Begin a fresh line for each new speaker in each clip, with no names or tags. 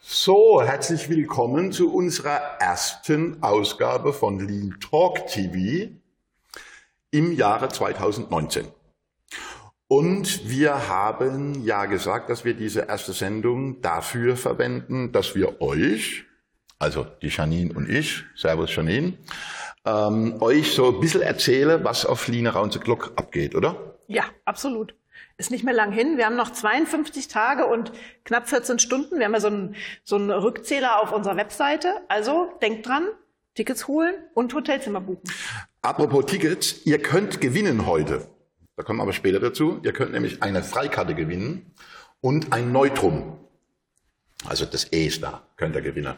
So, herzlich willkommen zu unserer ersten Ausgabe von Lean Talk TV im Jahre 2019. Und wir haben ja gesagt, dass wir diese erste Sendung dafür verwenden, dass wir euch, also die Janine und ich, Servus Janine, ähm, euch so ein bisschen erzähle, was auf Lean Around the Glock abgeht, oder?
Ja, absolut. Ist nicht mehr lang hin. Wir haben noch 52 Tage und knapp 14 Stunden. Wir haben ja so einen, so einen Rückzähler auf unserer Webseite. Also denkt dran, Tickets holen und Hotelzimmer buchen.
Apropos Tickets, ihr könnt gewinnen heute. Da kommen wir aber später dazu. Ihr könnt nämlich eine Freikarte gewinnen und ein Neutrum. Also das E ist da, könnt ihr gewinnen.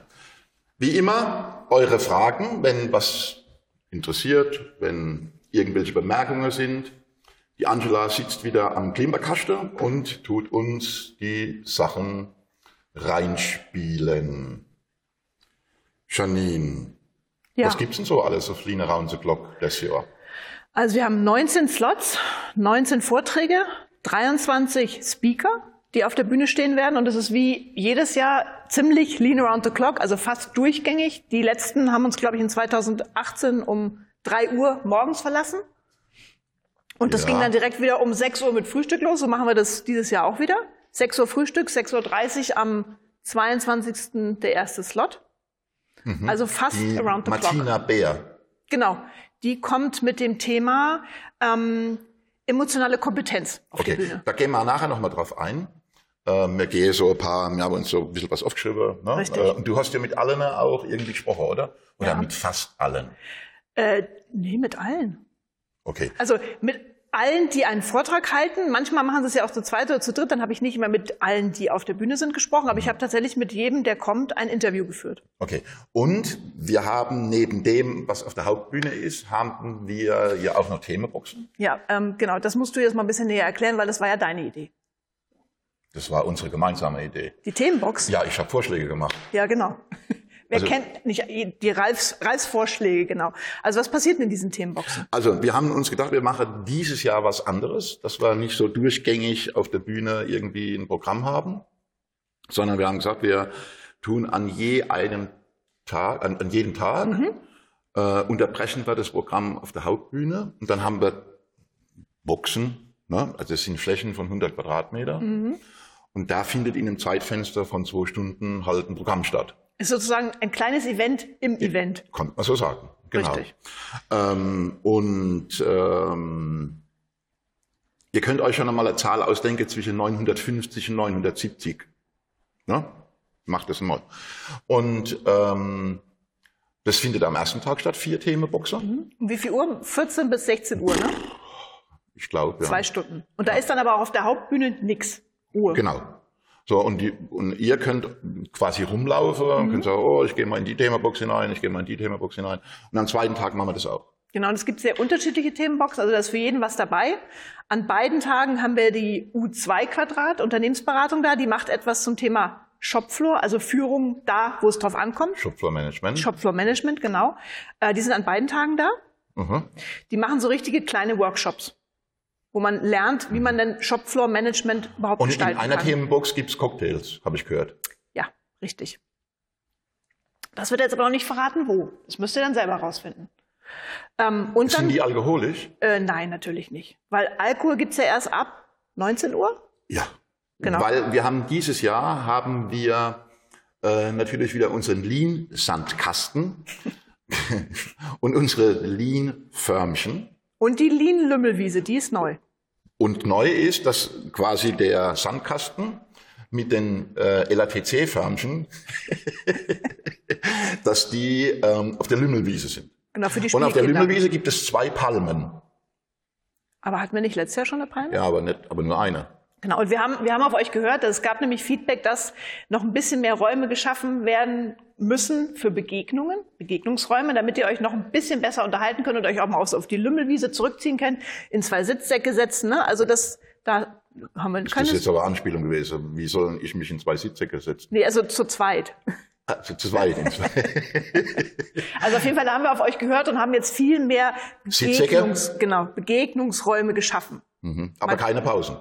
Wie immer, eure Fragen, wenn was interessiert, wenn irgendwelche Bemerkungen sind. Die Angela sitzt wieder am Klimakasten und tut uns die Sachen reinspielen. Janine,
Ja.
was gibt's denn so alles auf Lean Around the Clock das Jahr?
Also wir haben 19 Slots, 19 Vorträge, 23 Speaker, die auf der Bühne stehen werden. Und es ist wie jedes Jahr ziemlich lean around the clock, also fast durchgängig. Die letzten haben uns, glaube ich, in 2018 um 3 Uhr morgens verlassen. Und das
Ja.
ging dann direkt wieder um 6 Uhr mit Frühstück los. So machen wir das dieses Jahr auch wieder. 6 Uhr Frühstück, 6.30 Uhr am 22. der erste Slot. Also fast
Mhm. Die
around the clock.
Martina Bär.
Genau, die kommt mit dem Thema ähm, emotionale Kompetenz auf die
Okay,
Bühne.
da gehen wir nachher nochmal drauf ein. Äh, wir gehen so ein paar, wir haben uns so ein bisschen was aufgeschrieben. Ne?
Richtig.
Äh, und du hast ja mit allen auch irgendwie gesprochen, oder? Oder
Ja.
mit fast allen.
Äh, nee, mit allen.
Okay.
Also mit allen, die einen Vortrag halten. Manchmal machen sie es ja auch zu zweit oder zu dritt. Dann habe ich nicht immer mit allen, die auf der Bühne sind, gesprochen. Aber ich habe tatsächlich mit jedem, der kommt, ein Interview geführt.
Okay. Und wir haben neben dem, was auf der Hauptbühne ist, haben wir ja auch noch Themenboxen.
Ja, ähm, genau. Das musst du jetzt mal ein bisschen näher erklären, weil das war ja deine Idee.
Das war unsere gemeinsame Idee.
Die Themenbox.
Ja, ich habe Vorschläge gemacht.
Ja, genau. Wer
Also-
kennt nicht die Ralfs, Ralfs Vorschläge, genau. Also was passiert denn in diesen Themenboxen?
Also, wir haben uns gedacht, wir machen dieses Jahr was anderes, dass wir nicht so durchgängig auf der Bühne irgendwie ein Programm haben, sondern wir haben gesagt, wir tun an je einem Tag, an, an jedem Tag, äh, unterbrechen wir das Programm auf der Hauptbühne und dann haben wir Boxen, ne? also das sind Flächen von 100 Quadratmeter und da findet in einem Zeitfenster von zwei Stunden halt ein Programm statt.
Ist sozusagen ein kleines Event im Event.
Konnte man so sagen. Genau.
Richtig.
Ähm, und ähm, ihr könnt euch schon einmal eine Zahl ausdenken zwischen 950 und 970. Ne? Macht das mal. Und ähm, das findet am ersten Tag statt, vier Themenboxer.
Um wie viel Uhr? 14 bis 16 Uhr, ne?
Ich glaube, ja.
Zwei Stunden. Und da ist dann aber auch auf der Hauptbühne nix. Uhr.
Genau. So, und, die, und ihr könnt quasi rumlaufen
Mhm.
und könnt sagen, oh, ich gehe mal in die Themabox hinein, ich gehe mal in die Themabox hinein. Und am zweiten Tag machen wir das auch.
Genau, und es gibt sehr unterschiedliche Themenboxen, also da ist für jeden was dabei. An beiden Tagen haben wir die U2-Quadrat, Unternehmensberatung da, die macht etwas zum Thema Shopfloor, also Führung da, wo es drauf ankommt.
Shopfloor-Management.
Shopfloor-Management, genau. Äh, die sind an beiden Tagen da.
Mhm.
Die machen so richtige kleine Workshops, wo man lernt, wie man denn Shopfloor-Management überhaupt
Und in
gestalten
einer
kann.
Themenbox gibt's Cocktails, habe ich gehört.
Ja, richtig. Das wird jetzt aber noch nicht verraten, wo. Das müsst ihr dann selber rausfinden. Ähm, und
Sind
dann,
die alkoholisch?
äh, nein, natürlich nicht. Weil Alkohol gibt's ja erst ab 19 Uhr.
Ja.
Genau.
Weil wir haben dieses Jahr haben wir äh, natürlich wieder unseren Lean-Sandkasten und unsere Lean-Förmchen.
Und die Lean-Lümmelwiese, die ist neu.
Und neu ist, dass quasi der Sandkasten mit den äh, LATC-Förmchen, dass die ähm, auf der Lümmelwiese sind.
Genau, für die
Und auf der
Spielkinder.
Lümmelwiese gibt es zwei Palmen.
Aber hatten wir nicht letztes Jahr schon eine Palme?
Ja, aber nicht, aber nur eine.
Genau, und wir haben, wir haben auf euch gehört, es gab nämlich Feedback, dass noch ein bisschen mehr Räume geschaffen werden müssen für Begegnungen, Begegnungsräume, damit ihr euch noch ein bisschen besser unterhalten könnt und euch auch mal aus, auf die Lümmelwiese zurückziehen könnt, in zwei Sitzsäcke setzen. Ne? Also das, da haben wir
Das ist
keine...
jetzt aber Anspielung gewesen. Wie soll ich mich in zwei Sitzsäcke setzen?
Nee, also zu zweit.
Also zwei. in zwei.
Also auf jeden Fall da haben wir auf euch gehört und haben jetzt viel mehr
Sitzsäcke?
Begegnungs, genau, Begegnungsräume geschaffen.
Mhm. Aber keine Pausen.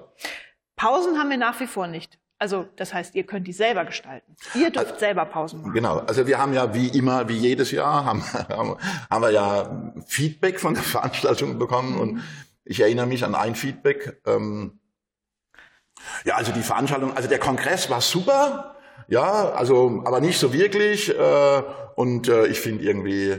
Pausen haben wir nach wie vor nicht. Also das heißt, ihr könnt die selber gestalten. Ihr dürft
Äh,
selber Pausen machen.
Genau, also wir haben ja wie immer, wie jedes Jahr, haben, haben, haben wir ja Feedback von der Veranstaltung bekommen und ich erinnere mich an ein Feedback. Ähm, ja, also die Veranstaltung, also der Kongress war super, ja, also aber nicht so wirklich äh, und äh, ich finde irgendwie,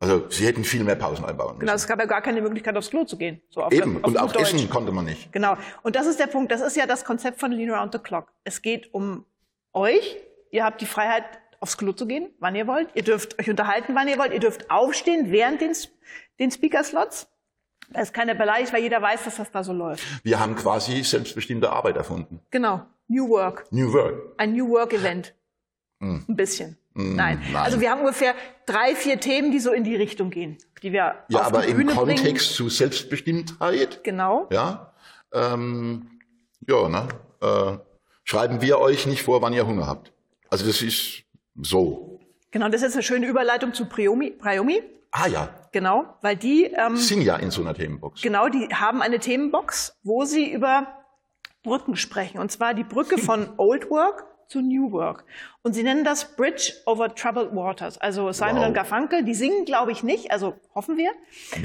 also sie hätten viel mehr Pausen einbauen müssen.
Genau, es gab ja gar keine Möglichkeit, aufs Klo zu gehen. So auf
Eben,
auf
und
gut
auch
Deutsch.
essen konnte man nicht.
Genau. Und das ist der Punkt. Das ist ja das Konzept von Lean Around the Clock. Es geht um euch. Ihr habt die Freiheit, aufs Klo zu gehen, wann ihr wollt. Ihr dürft euch unterhalten, wann ihr wollt. Ihr dürft aufstehen während den, den Speaker-Slots. Das ist keiner beleidigt, weil jeder weiß, dass das da so läuft.
Wir haben quasi selbstbestimmte Arbeit erfunden.
Genau. New Work.
New Work.
Ein New Work Event. Ein bisschen. Nein.
Hm. nein.
Also wir haben ungefähr drei, vier Themen, die so in die Richtung gehen, die wir
Ja,
auf
aber
die
im
Bühne
Kontext
bringen.
zu Selbstbestimmtheit,
Genau.
ja, ähm, ja, ne, äh, schreiben wir euch nicht vor, wann ihr Hunger habt. Also das ist so.
Genau. Das ist eine schöne Überleitung zu Priomi. Priomi.
Ah ja,
Genau. Weil die ähm,
sind ja in so einer Themenbox.
Genau, die haben eine Themenbox, wo sie über Brücken sprechen. Und zwar die Brücke von Old Work zu New Work. Und sie nennen das Bridge over Troubled Waters. Also Simon
Wow.
und Garfunkel, die singen, glaube ich, nicht. Also hoffen wir.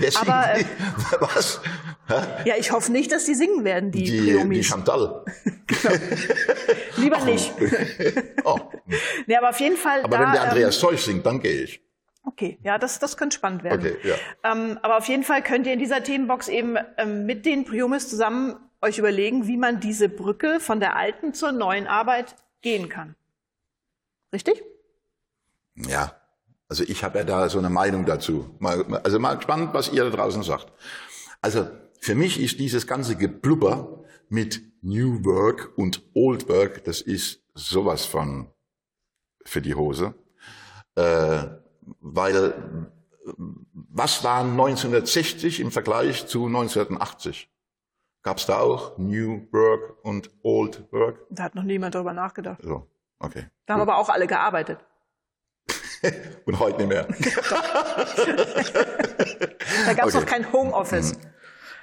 Deswegen,
Aber äh,
was? Hä?
ja, ich hoffe nicht, dass die singen werden, die,
Die, die
Priomis.
Chantal.
Lieber nicht.
Oh.
Nee, aber auf jeden Fall
Aber
da,
wenn der
ähm,
Andreas Zeug singt, dann gehe ich.
Okay, ja, das, das könnte spannend werden.
Okay, ja.
Ähm, aber auf jeden Fall könnt ihr in dieser Themenbox eben ähm, mit den Priomis zusammen euch überlegen, wie man diese Brücke von der alten zur neuen Arbeit gehen kann. Richtig?
Ja, also ich habe ja da so eine Meinung dazu. Mal, mal- also mal gespannt, was ihr da draußen sagt. Also für mich ist dieses ganze Geblubber mit New Work und Old Work, das ist sowas von für die Hose. Äh, weil äh, was war 1960 im Vergleich zu 1980? Gab's da auch New Work und Old Work?
Da hat noch niemand drüber nachgedacht.
So, okay.
Da haben aber auch alle gearbeitet.
Und heute nicht mehr.
Da gab es
Okay.
noch kein Homeoffice.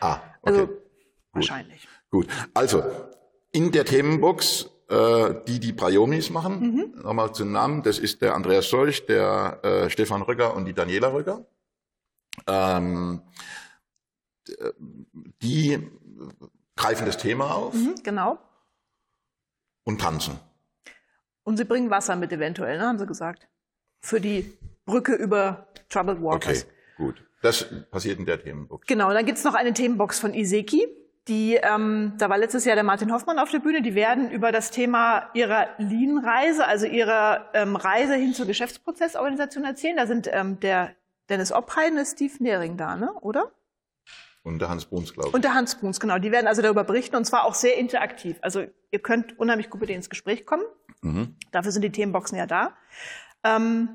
Ah, okay.
Also wahrscheinlich.
Gut, also in der Themenbox, äh, die die Priomis machen, nochmal zum Namen, das ist der Andreas Solch, der äh, Stefan Rücker und die Daniela Rücker. Ähm, d- die greifen das Thema auf
Mhm, genau.
und tanzen.
Und sie bringen Wasser mit eventuell, ne, haben sie gesagt. Für die Brücke über Troubled
Okay,
Waters.
gut. Das passiert in der Themenbox.
Genau, dann gibt's noch eine Themenbox von Iseki. Die, ähm, da war letztes Jahr der Martin Hoffmann auf der Bühne. Die werden über das Thema ihrer Lean-Reise, also ihrer ähm, Reise hin zur Geschäftsprozessorganisation erzählen. Da sind ähm, der Dennis Opheiden und Steve Nering da, ne? oder?
Und der Hans Bruns, glaube ich.
Und der Hans Bruns, genau. Die werden also darüber berichten und zwar auch sehr interaktiv. Also ihr könnt unheimlich gut mit denen ins Gespräch kommen.
Mhm.
Dafür sind die Themenboxen ja da. Ähm,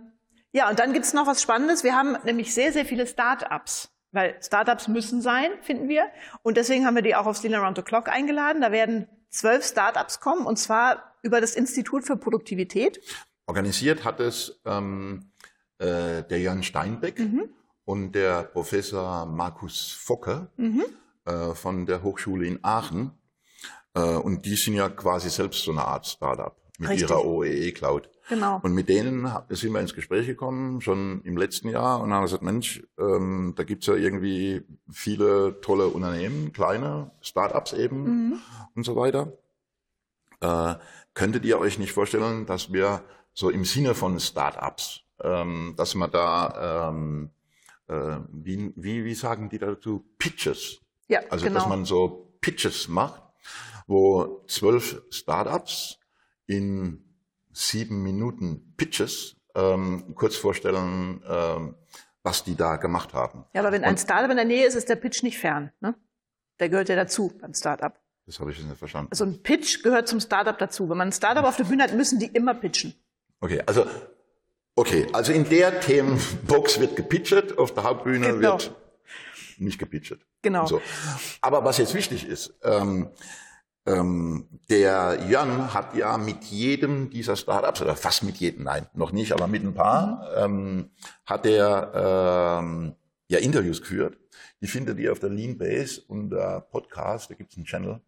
ja, und dann gibt's noch was Spannendes. Wir haben nämlich sehr, sehr viele Startups. Weil Startups müssen sein, finden wir. Und deswegen haben wir die auch aufs Lean Around the Clock eingeladen. Da werden zwölf Startups kommen und zwar über das Institut für Produktivität.
Organisiert hat es ähm, äh, der Jan Steinbeck und der Professor Markus Focke äh, von der Hochschule in Aachen. Äh, und die sind ja quasi selbst so eine Art Startup mit
Richtig.
ihrer E OEE-Cloud.
Genau.
Und mit denen ha- sind wir ins Gespräch gekommen, schon im letzten Jahr, und haben gesagt, Mensch, ähm, da gibt's ja irgendwie viele tolle Unternehmen, kleine Startups eben und so weiter. Äh, könntet ihr euch nicht vorstellen, dass wir so im Sinne von Startups, ähm, dass man da, ähm, äh, wie, wie, wie sagen die dazu, Pitches,
Ja,
also
genau.
dass man so Pitches macht, wo zwölf Startups in sieben Minuten Pitches ähm, kurz vorstellen, ähm, was die da gemacht haben.
ja, aber wenn ein Startup in der Nähe ist, ist der Pitch nicht fern. Ne? Der gehört ja dazu beim Startup.
Das habe ich jetzt nicht verstanden.
Also ein Pitch gehört zum Startup dazu. Wenn man ein Startup auf der Bühne hat, müssen die immer pitchen.
Okay, also okay, also in der Themenbox wird gepitcht, auf der Hauptbühne
Genau.
wird nicht gepitcht.
Genau.
So. Aber was jetzt wichtig ist, ähm, ähm, der Jörn hat ja mit jedem dieser Startups, oder fast mit jedem, nein, noch nicht, aber mit ein paar, ähm, hat er ähm, ja Interviews geführt. Die findet ihr auf der Lean Base und der Podcast, da gibt's einen Channel.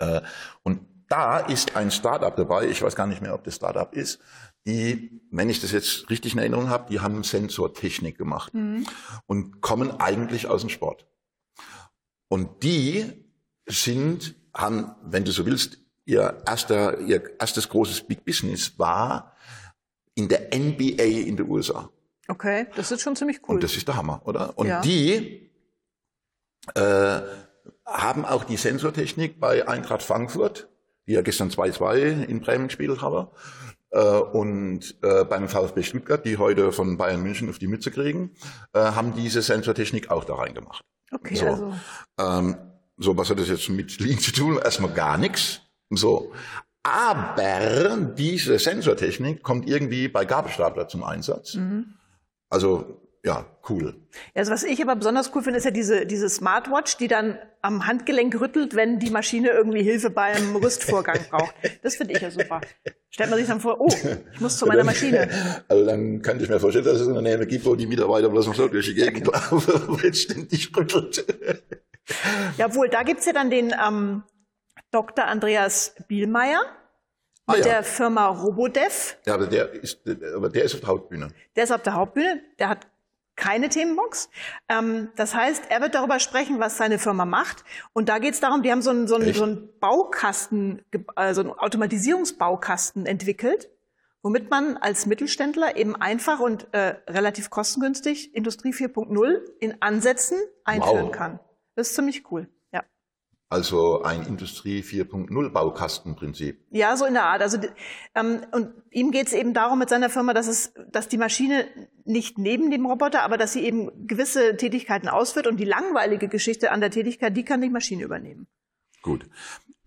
Äh, und da ist ein Startup dabei, ich weiß gar nicht mehr, ob das Startup ist, die, wenn ich das jetzt richtig in Erinnerung habe, die haben Sensortechnik gemacht und kommen eigentlich aus dem Sport. Und die sind, haben, wenn du so willst, ihr erster, ihr erstes großes Big Business war in der NBA in den USA.
Okay, das ist schon ziemlich cool.
Und das ist der Hammer, oder? Und
Ja.
die äh, haben auch die Sensortechnik bei Eintracht Frankfurt, die ja gestern 2-2 in Bremen gespielt haben, äh, und äh, beim VfB Stuttgart, die heute von Bayern München auf die Mütze kriegen, äh, haben diese Sensortechnik auch da reingemacht.
okay,
so.
also
Ähm, so, was hat das jetzt mit Lean zu tun? Erstmal gar nichts. So. Aber diese Sensortechnik kommt irgendwie bei Gabelstapler zum Einsatz.
Mhm.
Also, ja, cool.
Also was ich aber besonders cool finde, ist ja diese, diese Smartwatch, die dann am Handgelenk rüttelt, wenn die Maschine irgendwie Hilfe beim Rüstvorgang braucht. Das finde ich ja super. Stellt man sich dann vor, oh, ich muss zu meiner Maschine.
Also dann könnte ich mir vorstellen, dass es Unternehmen gibt, wo die Mitarbeiter bloß noch so durch die Gegend
genau.
laufen, weil es ständig rüttelt.
Ja, obwohl, da gibt's ja dann den ähm, Dr. Andreas Bielmeier
Ah,
mit
ja.
der Firma Robodev.
ja, aber der ist, aber der ist auf der Hauptbühne.
Der ist auf der Hauptbühne, der hat keine Themenbox. Ähm, das heißt, er wird darüber sprechen, was seine Firma macht. Und da geht es darum, die haben so einen, so einen,
Echt?
so einen Baukasten, ge- äh, so einen Automatisierungsbaukasten entwickelt, womit man als Mittelständler eben einfach und äh, relativ kostengünstig Industrie 4.0 in Ansätzen einführen
Wow.
kann. Das ist ziemlich cool. Ja.
Also ein Industrie 4.0 Baukastenprinzip.
Ja, so in der Art. Also die- ähm, und ihm geht's eben darum mit seiner Firma, dass es, dass die Maschine nicht neben dem Roboter, aber dass sie eben gewisse Tätigkeiten ausführt und die langweilige Geschichte an der Tätigkeit, die kann die Maschine übernehmen.
Gut.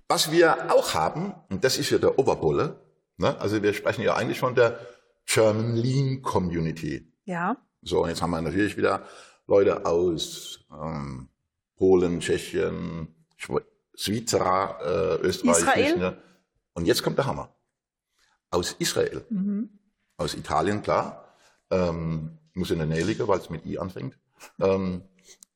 Was wir auch haben, und das ist ja der Oberbulle, ne? also wir sprechen ja eigentlich von der German Lean Community.
Ja,
So, und jetzt haben wir natürlich wieder Leute aus ähm, Polen, Tschechien, Schwe- Schweizer, äh, Österreich.
Israel?
Griechenland. Und jetzt kommt der Hammer. Aus Israel. Aus Italien, klar. Ähm, muss in der Nähe liegen, weil es mit I anfängt. Ähm,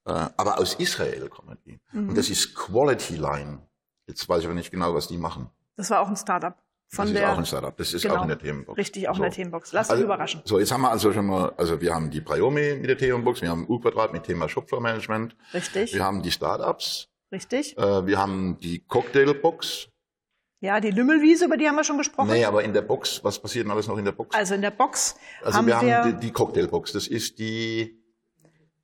äh, aber aus Israel kommen die.
Mhm.
Und das ist Quality Line. Jetzt weiß ich aber nicht genau, was die machen.
das war auch ein Startup von
das
der.
ist auch ein Startup. Das ist
genau,
auch in der Themenbox.
Richtig, auch in der Themenbox. Lass
Also,
dich überraschen.
So, jetzt haben wir also schon mal, also wir haben die Priomi mit der Themenbox, wir haben U-Quadrat mit Thema Shopfloor-Management,
Richtig,
wir haben die Startups,
richtig.
äh, wir haben die Cocktailbox.
Ja, die Lümmelwiese, über die haben wir schon gesprochen.
Nee, aber in der Box, was passiert denn alles noch in der Box?
Also in der Box
Also
haben
wir haben
wir
die, die Cocktailbox, das ist die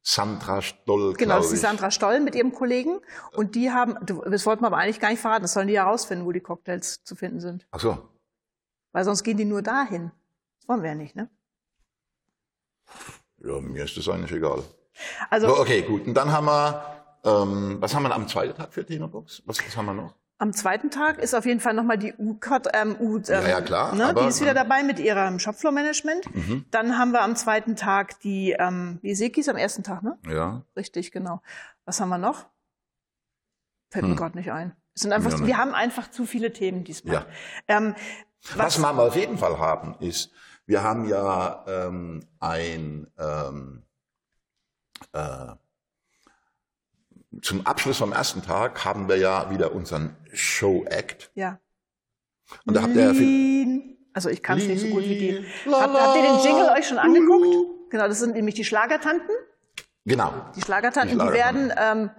Sandra Stoll,
Genau,
glaub
das ist die
ich.
Sandra Stoll mit ihrem Kollegen. Und die haben, du- das wollten wir aber eigentlich gar nicht verraten, das sollen die ja rausfinden, wo die Cocktails zu finden sind.
Ach so.
Weil sonst gehen die nur dahin. Das wollen wir ja nicht, ne?
Ja, mir ist das eigentlich egal.
Also
So, okay, gut. Und dann haben wir, ähm, was haben wir am zweiten Tag für Themenbox? Was, was haben wir noch?
am zweiten Tag ist auf jeden Fall nochmal die U, ähm, U ähm,
Ja, ja, klar,
ne?
aber- Mhm,
die ist wieder dabei mit ihrem Shopfloor-Management. Dann haben wir am zweiten Tag die, ähm, die Sekis am ersten Tag, ne?
Ja,
Richtig, genau. Was haben wir noch? Fällt
Hm.
mir gerade nicht ein. Es sind
Ja,
einfach,
ne.
wir haben einfach zu viele Themen diesmal.
Ja.
Ähm,
Was wir auf jeden Fall haben, ist, wir haben ja ähm, ein ähm, äh, zum Abschluss vom ersten Tag haben wir ja wieder unseren Show Act.
ja.
Und da habt ihr ja viel-
Lean. Also ich kann es nicht so gut wie die.
Lean. La,
Habt,
la.
habt ihr den Jingle euch schon
Lulu.
angeguckt? Genau, das sind nämlich die Schlagertanten.
genau
Die Schlagertanten,
Die
die,
Schlagertanten.
werden ähm,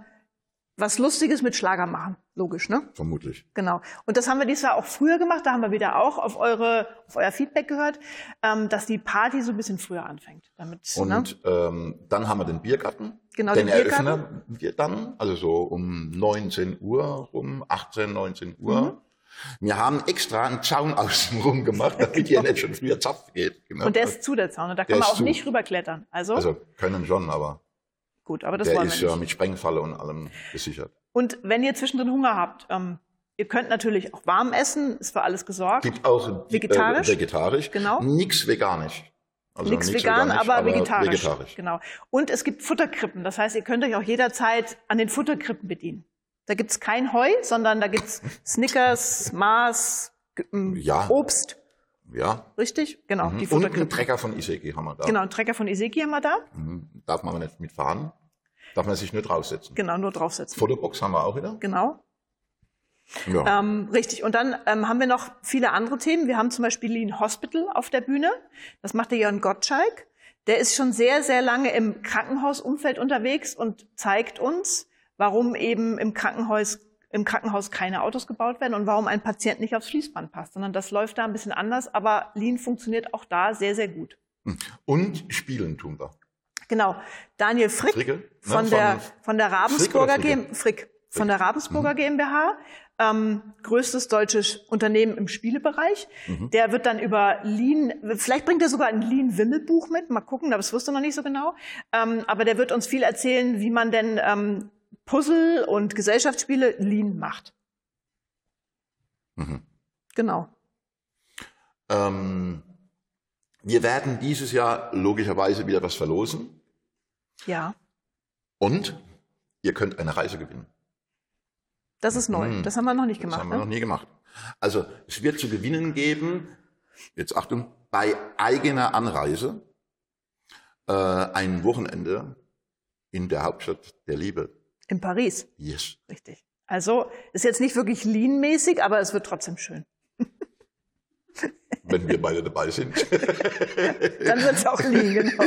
was Lustiges mit Schlager machen. Logisch, ne?
vermutlich.
Genau. Und das haben wir dieses Jahr auch früher gemacht. Da haben wir wieder auch auf, eure, auf euer Feedback gehört, ähm, dass die Party so ein bisschen früher anfängt. Damit, ne?
Und ähm, dann haben wir den Biergarten.
Genau,
den
den Biergarten.
eröffnen wir dann, also so um 19 Uhr rum, 18, 19 Uhr.
Mhm.
Wir haben extra einen Zaun außen rum gemacht, damit ihr nicht schon früher zapf geht. Genau.
Und der ist zu, der Zaun. Und da kann
Der
man
ist
auch
zu.
nicht rüberklettern. Also,
also können schon, aber
gut, aber das
der
wollen
ist
wir
ja
nicht.
mit Sprengfalle und allem gesichert.
Und wenn ihr zwischendrin Hunger habt, ähm, ihr könnt natürlich auch warm essen. Ist für alles gesorgt.
Gibt auch die-
Vegetarisch?
Äh, vegetarisch.
Genau.
Nichts veganisch. Also
Nix vegan,
veganisch,
aber, vegetarisch.
vegetarisch.
Genau. Und es gibt Futterkrippen. Das heißt, ihr könnt euch auch jederzeit an den Futterkrippen bedienen. Da gibt's kein Heu, sondern da gibt's Snickers, Mars, g- m,
Ja.
Obst.
Ja. Mhm.
Richtig? Genau, die
Und einen
Futterkrippen.
Trecker von Isegi haben wir da.
Genau, einen Trecker von Iseki haben wir da.
Mhm. Darf man aber nicht mitfahren. Darf man sich nur draufsetzen.
Genau, nur draufsetzen.
Fotobox haben wir auch wieder.
Genau.
Ja.
Ähm, richtig. Und dann ähm, haben wir noch viele andere Themen. Wir haben zum Beispiel Lean Hospital auf der Bühne. Das macht der Jörn Gottschalk. Der ist schon sehr, sehr lange im Krankenhausumfeld unterwegs und zeigt uns, warum eben im Krankenhaus, im Krankenhaus keine Autos gebaut werden und warum ein Patient nicht aufs Fließband passt, sondern das läuft da ein bisschen anders. Aber Lean funktioniert auch da sehr, sehr gut.
Und spielen tun wir.
Genau. Daniel Frick
Fricke? ne,
von, der, von der Ravensburger
Frick Mhm. oder Fricke?
GmbH, Frick, von der Ravensburger GmbH, ähm, größtes deutsches Unternehmen im Spielebereich.
Mhm.
Der wird dann über Lean, vielleicht bringt er sogar ein Lean-Wimmelbuch mit, mal gucken, aber das wusste noch nicht so genau. Ähm, aber der wird uns viel erzählen, wie man denn ähm, Puzzle und Gesellschaftsspiele Lean macht.
Mhm.
Genau.
Ähm, wir werden dieses Jahr logischerweise wieder was verlosen
Ja,
und ihr könnt eine Reise gewinnen.
das ist neu.
Mhm.
Das haben wir noch nicht
Das
gemacht.
haben wir noch
Ne?
nie gemacht. Also es wird zu gewinnen geben, jetzt Achtung, bei eigener Anreise äh, ein Wochenende in der Hauptstadt der Liebe.
In Paris,
Yes.
richtig. Also ist jetzt nicht wirklich Lean-mäßig, aber es wird trotzdem schön.
Wenn wir beide dabei sind.
Dann wird es auch Lean, genau.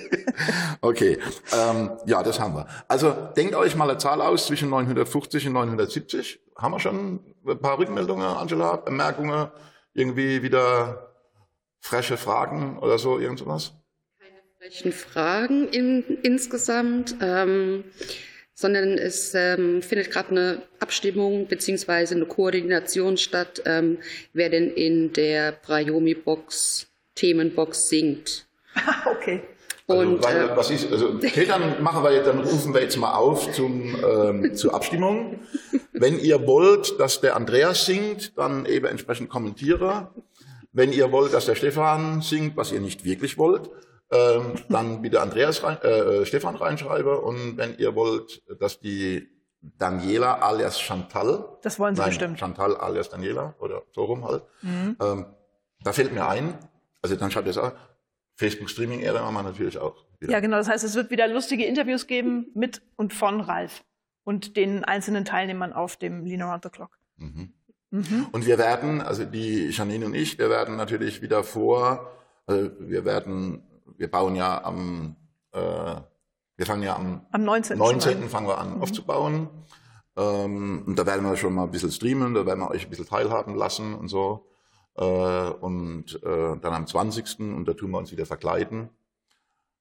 Okay, ähm, ja, das haben wir. Also denkt euch mal eine Zahl aus zwischen 950 und 970. Haben wir schon ein paar Rückmeldungen, Angela, Bemerkungen, irgendwie wieder frische Fragen oder so, irgend sowas?
welchen Fragen in, insgesamt, ähm, sondern es ähm, findet gerade eine Abstimmung bzw. eine Koordination statt, ähm, wer denn in der Bryomi-Box, Themenbox singt.
Ah, Okay.
also,
Und
weil,
äh,
was ist, also, okay, dann machen wir jetzt, dann rufen wir jetzt mal auf zum, ähm, zur Abstimmung. Wenn ihr wollt, dass der Andreas singt, dann eben entsprechend kommentiere. Wenn ihr wollt, dass der Stefan singt, was ihr nicht wirklich wollt, ähm, dann bitte Andreas rein, äh, Stefan reinschreibe. Und wenn ihr wollt, dass die Daniela alias Chantal,
Das wollen sie
nein,
bestimmt. Mhm.
Chantal alias Daniela oder so rum halt, ähm, da fällt mir ein, also dann schreibt ihr es auch, Facebook Streaming Ära machen wir natürlich auch. wieder.
Ja, genau. Das heißt, es wird wieder lustige Interviews geben mit und von Ralf und den einzelnen Teilnehmern auf dem Lean Around the Clock.
Mhm.
Mhm.
Und wir werden, also die Janine und ich, wir werden natürlich wieder vor, also wir werden, wir bauen ja am, äh, wir fangen ja am
Am 19. schon
19.
an. Mhm.
fangen wir an aufzubauen. Ähm, und da werden wir schon mal ein bisschen streamen, da werden wir euch ein bisschen teilhaben lassen und so. Äh, und äh, dann am 20. und da tun wir uns wieder verkleiden.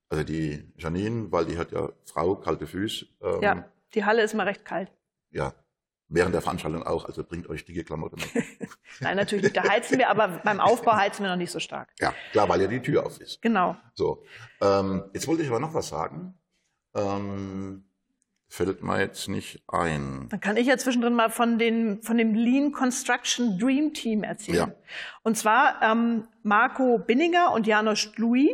Also die Janine, weil die hat ja Frau, kalte Füße. Ähm,
Ja, die Halle ist mal recht kalt.
ja. Während der Veranstaltung auch, also bringt euch dicke Klamotten mit.
Nein, natürlich nicht. Da heizen wir, aber beim Aufbau heizen wir noch nicht so stark.
Ja, klar, weil ja die Tür auf ist.
Genau.
So, ähm, jetzt wollte ich aber noch was sagen. Ähm, fällt mir jetzt nicht ein.
Dann kann ich ja zwischendrin mal von, den, von dem Lean Construction Dream Team erzählen.
Ja.
Und zwar ähm, Marco Binninger und Janosch Louis.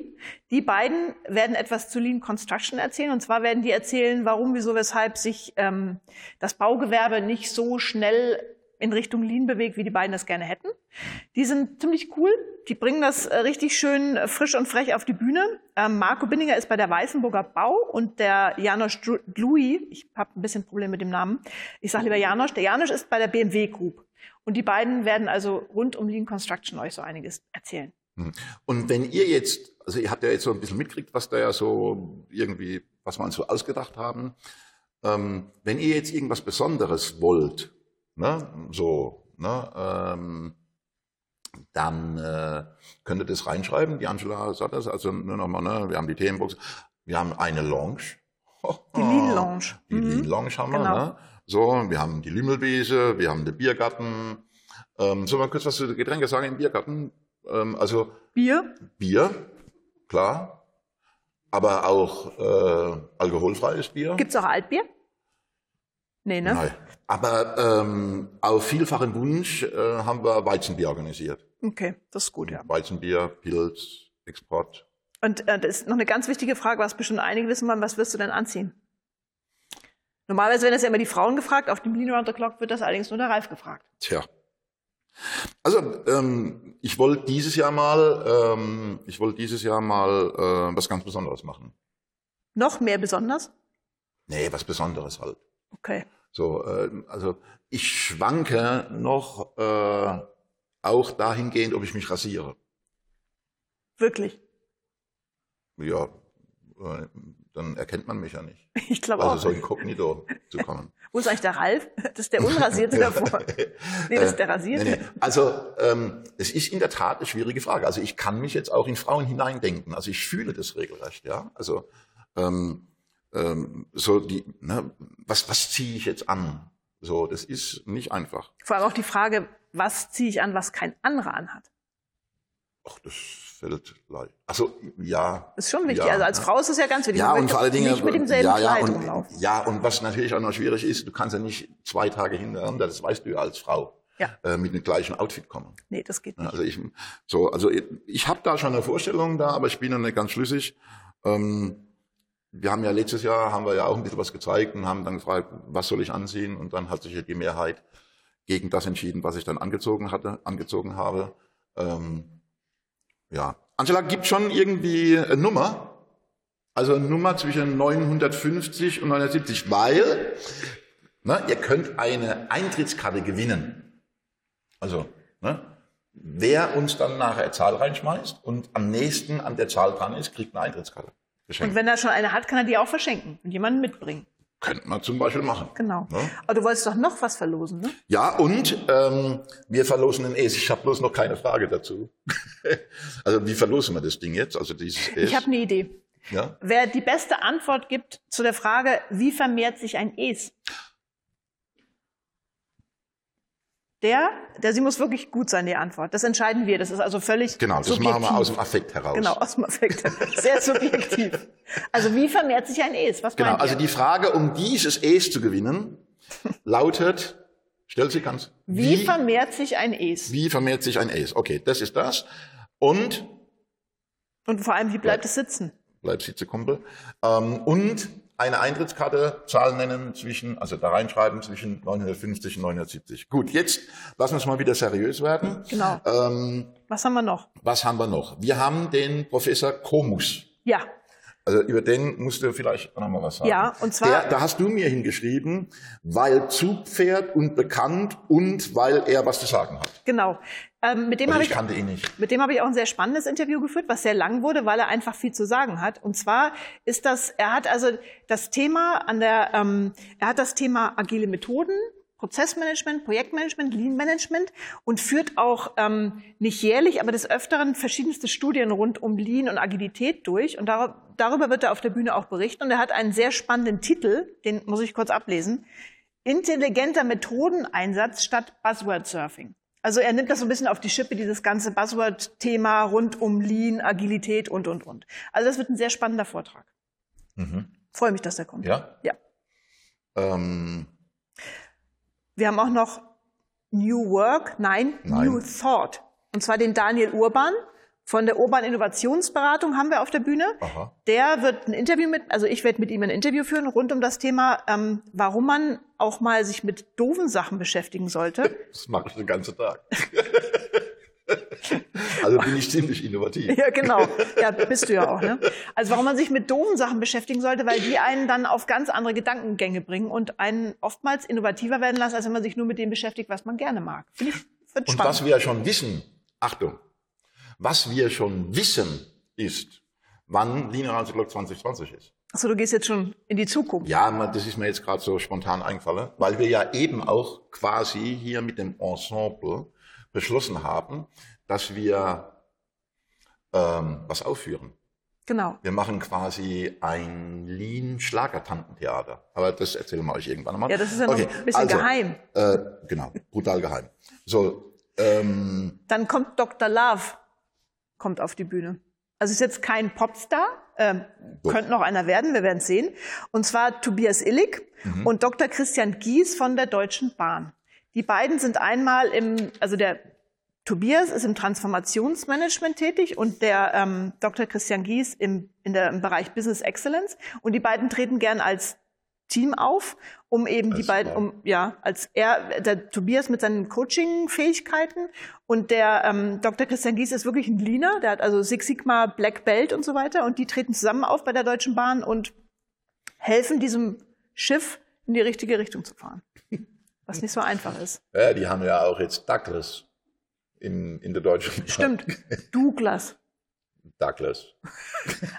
Die beiden werden etwas zu Lean Construction erzählen. Und zwar werden die erzählen, warum, wieso, weshalb sich ähm, das Baugewerbe nicht so schnell in Richtung Lean bewegt, wie die beiden das gerne hätten. Die sind ziemlich cool. Die bringen das äh, richtig schön äh, frisch und frech auf die Bühne. Ähm, Marco Binninger ist bei der Weißenburger Bau und der Janosch Dru- Dlui, ich habe ein bisschen Probleme mit dem Namen, ich sage lieber Janosch, der Janosch ist bei der BMW Group. Und die beiden werden also rund um Lean Construction euch so einiges erzählen.
Und wenn ihr jetzt, also ihr habt ja jetzt so ein bisschen mitgekriegt, was da ja so irgendwie, was wir uns so ausgedacht haben. Ähm, wenn ihr jetzt irgendwas Besonderes wollt, ne, so, ne, ähm, dann äh, könnt ihr das reinschreiben. Die Angela sagt das, also nur nochmal, ne, wir haben die Themenbox, wir haben eine Lounge.
Die Lean Lounge.
Ah, Die
Mhm.
Lean Lounge haben wir,
Genau.
ne? So, wir haben die Lümmelwiese, wir haben den Biergarten. Ähm, soll ich mal kurz was zu den Getränken sagen im Biergarten? Ähm, also
Bier,
Bier, klar, aber auch äh, alkoholfreies Bier.
gibt's auch Altbier? Nee, ne?
Nein. Aber ähm, auf vielfachen Wunsch äh, haben wir Weizenbier organisiert.
Okay, das ist gut, ja.
Weizenbier, Pilz, Export.
Und äh, das ist noch eine ganz wichtige Frage, was bestimmt einige wissen wollen, was wirst du denn anziehen? Normalerweise werden das ja immer die Frauen gefragt, auf dem Lean Around the Clock wird das allerdings nur der Ralf gefragt.
Tja. Also ähm, ich wollte dieses Jahr mal, ähm, ich wollte dieses Jahr mal äh, was ganz Besonderes machen.
Noch mehr besonders?
Nee, was Besonderes halt.
Okay.
So, äh, also ich schwanke noch äh, auch dahingehend, ob ich mich rasiere.
Wirklich.
Ja, äh, dann erkennt man mich ja nicht.
Ich glaube
Also so
auch.
inkognito zu kommen.
Wo ist eigentlich der Ralf? Das ist der Unrasierte davor. Nee, das ist der Rasierte.
Äh, Nee, nee. Also ähm, es ist in der Tat eine schwierige Frage. Also ich kann mich jetzt auch in Frauen hineindenken. Also ich fühle das regelrecht, ja. Also ähm, ähm, so die, ne, was, was ziehe ich jetzt an? So, das ist nicht einfach.
Vor allem auch die Frage, was ziehe ich an, was kein anderer anhat?
Ach, das fällt leicht. Also ja.
Ist schon wichtig.
ja,
also als
ne?
Frau ist es ja ganz wichtig.
Ja,
Man
und
möchte
vor allen Dingen. äh,
Nicht mit demselben
ja, ja,
Kleid
und,
rumlaufen.
ja, und was natürlich auch noch schwierig ist, du kannst ja nicht zwei Tage hintereinander, das weißt du ja als Frau,
Ja.
äh, mit dem gleichen Outfit kommen.
Nee, das geht
Ja,
nicht.
Also ich, so, also ich, ich habe da schon eine Vorstellung da, aber ich bin noch nicht ganz schlüssig. Ähm, wir haben ja letztes Jahr haben wir ja auch ein bisschen was gezeigt und haben dann gefragt, was soll ich anziehen? Und dann hat sich ja die Mehrheit gegen das entschieden, was ich dann angezogen hatte, angezogen habe. Ähm, ja, Angela gibt schon irgendwie eine Nummer. Also eine Nummer zwischen 950 und 970, weil ne, ihr könnt eine Eintrittskarte gewinnen. Also, ne? wer uns dann nachher eine Zahl reinschmeißt und am nächsten an der Zahl dran ist, kriegt eine Eintrittskarte.
Und
Geschenkt.
wenn er schon eine hat, kann er die auch verschenken und jemanden mitbringen.
Könnte man zum Beispiel machen.
Genau.
Ja.
Aber du wolltest doch noch was verlosen, ne?
Ja, und ähm, wir verlosen den Es. Ich habe bloß noch keine Frage dazu. also, wie verlosen wir das Ding jetzt? Also, dieses Es.
Ich habe eine Idee.
ja?
Wer die beste Antwort gibt zu der Frage, wie vermehrt sich ein Es? Der, der, sie muss wirklich gut sein, die Antwort. Das entscheiden wir. Das ist also völlig
Genau, das
subjektiv.
machen wir aus dem Affekt heraus.
Genau, aus dem Affekt. Sehr subjektiv. Also wie vermehrt sich ein Es? Was
genau.
meint
Also,
ihr?
die Frage, um dieses Es zu gewinnen, lautet, stell sie ganz,
wie, vermehrt sich ein Es?
wie vermehrt sich ein Es? Okay, das ist das. Und
Und vor allem, wie bleibt es sitzen?
bleib sitze, Kumpel. Ähm, und eine Eintrittskarte, Zahl nennen zwischen, also da reinschreiben zwischen 950 und 970. Gut, jetzt lassen wir uns mal wieder seriös werden.
Genau.
Ähm,
Was haben wir noch?
was haben wir noch? Wir haben den Professor Komus.
Ja,
Also über den musst du vielleicht auch noch mal was sagen.
Ja, und zwar-
Der, da hast du mir hingeschrieben, weil Zugpferd und bekannt und weil er was zu sagen hat.
genau. Ähm, mit dem
Also
habe
ich
ich
kannte ihn nicht.
Mit dem habe ich auch ein sehr spannendes Interview geführt, was sehr lang wurde, weil er einfach viel zu sagen hat. Und zwar ist das, er hat also das Thema an der, ähm, er hat das Thema agile Methoden, Prozessmanagement, Projektmanagement, Lean Management und führt auch ähm, nicht jährlich, aber des Öfteren verschiedenste Studien rund um Lean und Agilität durch. Und dar darüber wird er auf der Bühne auch berichten. Und er hat einen sehr spannenden Titel, den muss ich kurz ablesen. Intelligenter Methodeneinsatz statt Buzzword Surfing. Also er nimmt das so ein bisschen auf die Schippe, dieses ganze Buzzword-Thema rund um Lean, Agilität und, und, und. Also das wird ein sehr spannender Vortrag. Freue mich, dass der kommt.
Mhm. Ja?
ja.
Ähm,
Wir haben auch noch New Work, nein,
Nein.
New Thought. Und zwar den Daniel Urban von der Urban Innovationsberatung haben wir auf der Bühne.
Aha.
Der wird ein Interview mit, also ich werde mit ihm ein Interview führen rund um das Thema, ähm, warum man auch mal sich mit doofen Sachen beschäftigen sollte.
Das mache ich den ganzen Tag. also bin ich ziemlich innovativ.
Ja, genau. Ja, bist du ja auch, ne? Also warum man sich mit doofen Sachen beschäftigen sollte, weil die einen dann auf ganz andere Gedankengänge bringen und einen oftmals innovativer werden lassen, als wenn man sich nur mit dem beschäftigt, was man gerne mag. Finde ich wird
Und
spannend.
was wir schon wissen, Achtung, was wir schon wissen ist, wann Lean Around the Clock 2020 ist.
Achso, du gehst jetzt schon in die Zukunft.
Ja, man- das ist mir jetzt gerade so spontan eingefallen, weil wir ja eben auch quasi hier mit dem Ensemble beschlossen haben, dass wir ähm, was aufführen.
Genau.
Wir machen quasi ein Lean-Schlagertantentheater. Aber das erzählen wir euch irgendwann mal.
Ja, das ist ja noch ein bisschen geheim.
Äh, genau, brutal geheim. So, ähm,
Dann kommt Dr. Love, kommt auf die Bühne. Also ist jetzt kein Popstar, ähm,
So.
könnte noch einer werden, wir werden es sehen. Und zwar Tobias Illig
Mhm.
und Dr. Christian Gies von der Deutschen Bahn. Die beiden sind einmal im, also der Tobias ist im Transformationsmanagement tätig und der ähm, Dr. Christian Gies im, in der, im Bereich Business Excellence. Und die beiden treten gern als Team auf, um eben die
Als
beiden,
Paar.
um ja, als er, der Tobias mit seinen Coaching-Fähigkeiten und der ähm, Dr. Christian Gies ist wirklich ein Leaner, der hat also Six Sigma, Black Belt und so weiter und die treten zusammen auf bei der Deutschen Bahn und helfen diesem Schiff in die richtige Richtung zu fahren. Was nicht so einfach ist.
Ja, die haben ja auch jetzt Douglas in, in der deutschen Bahn.
Stimmt. Douglas.
Douglas.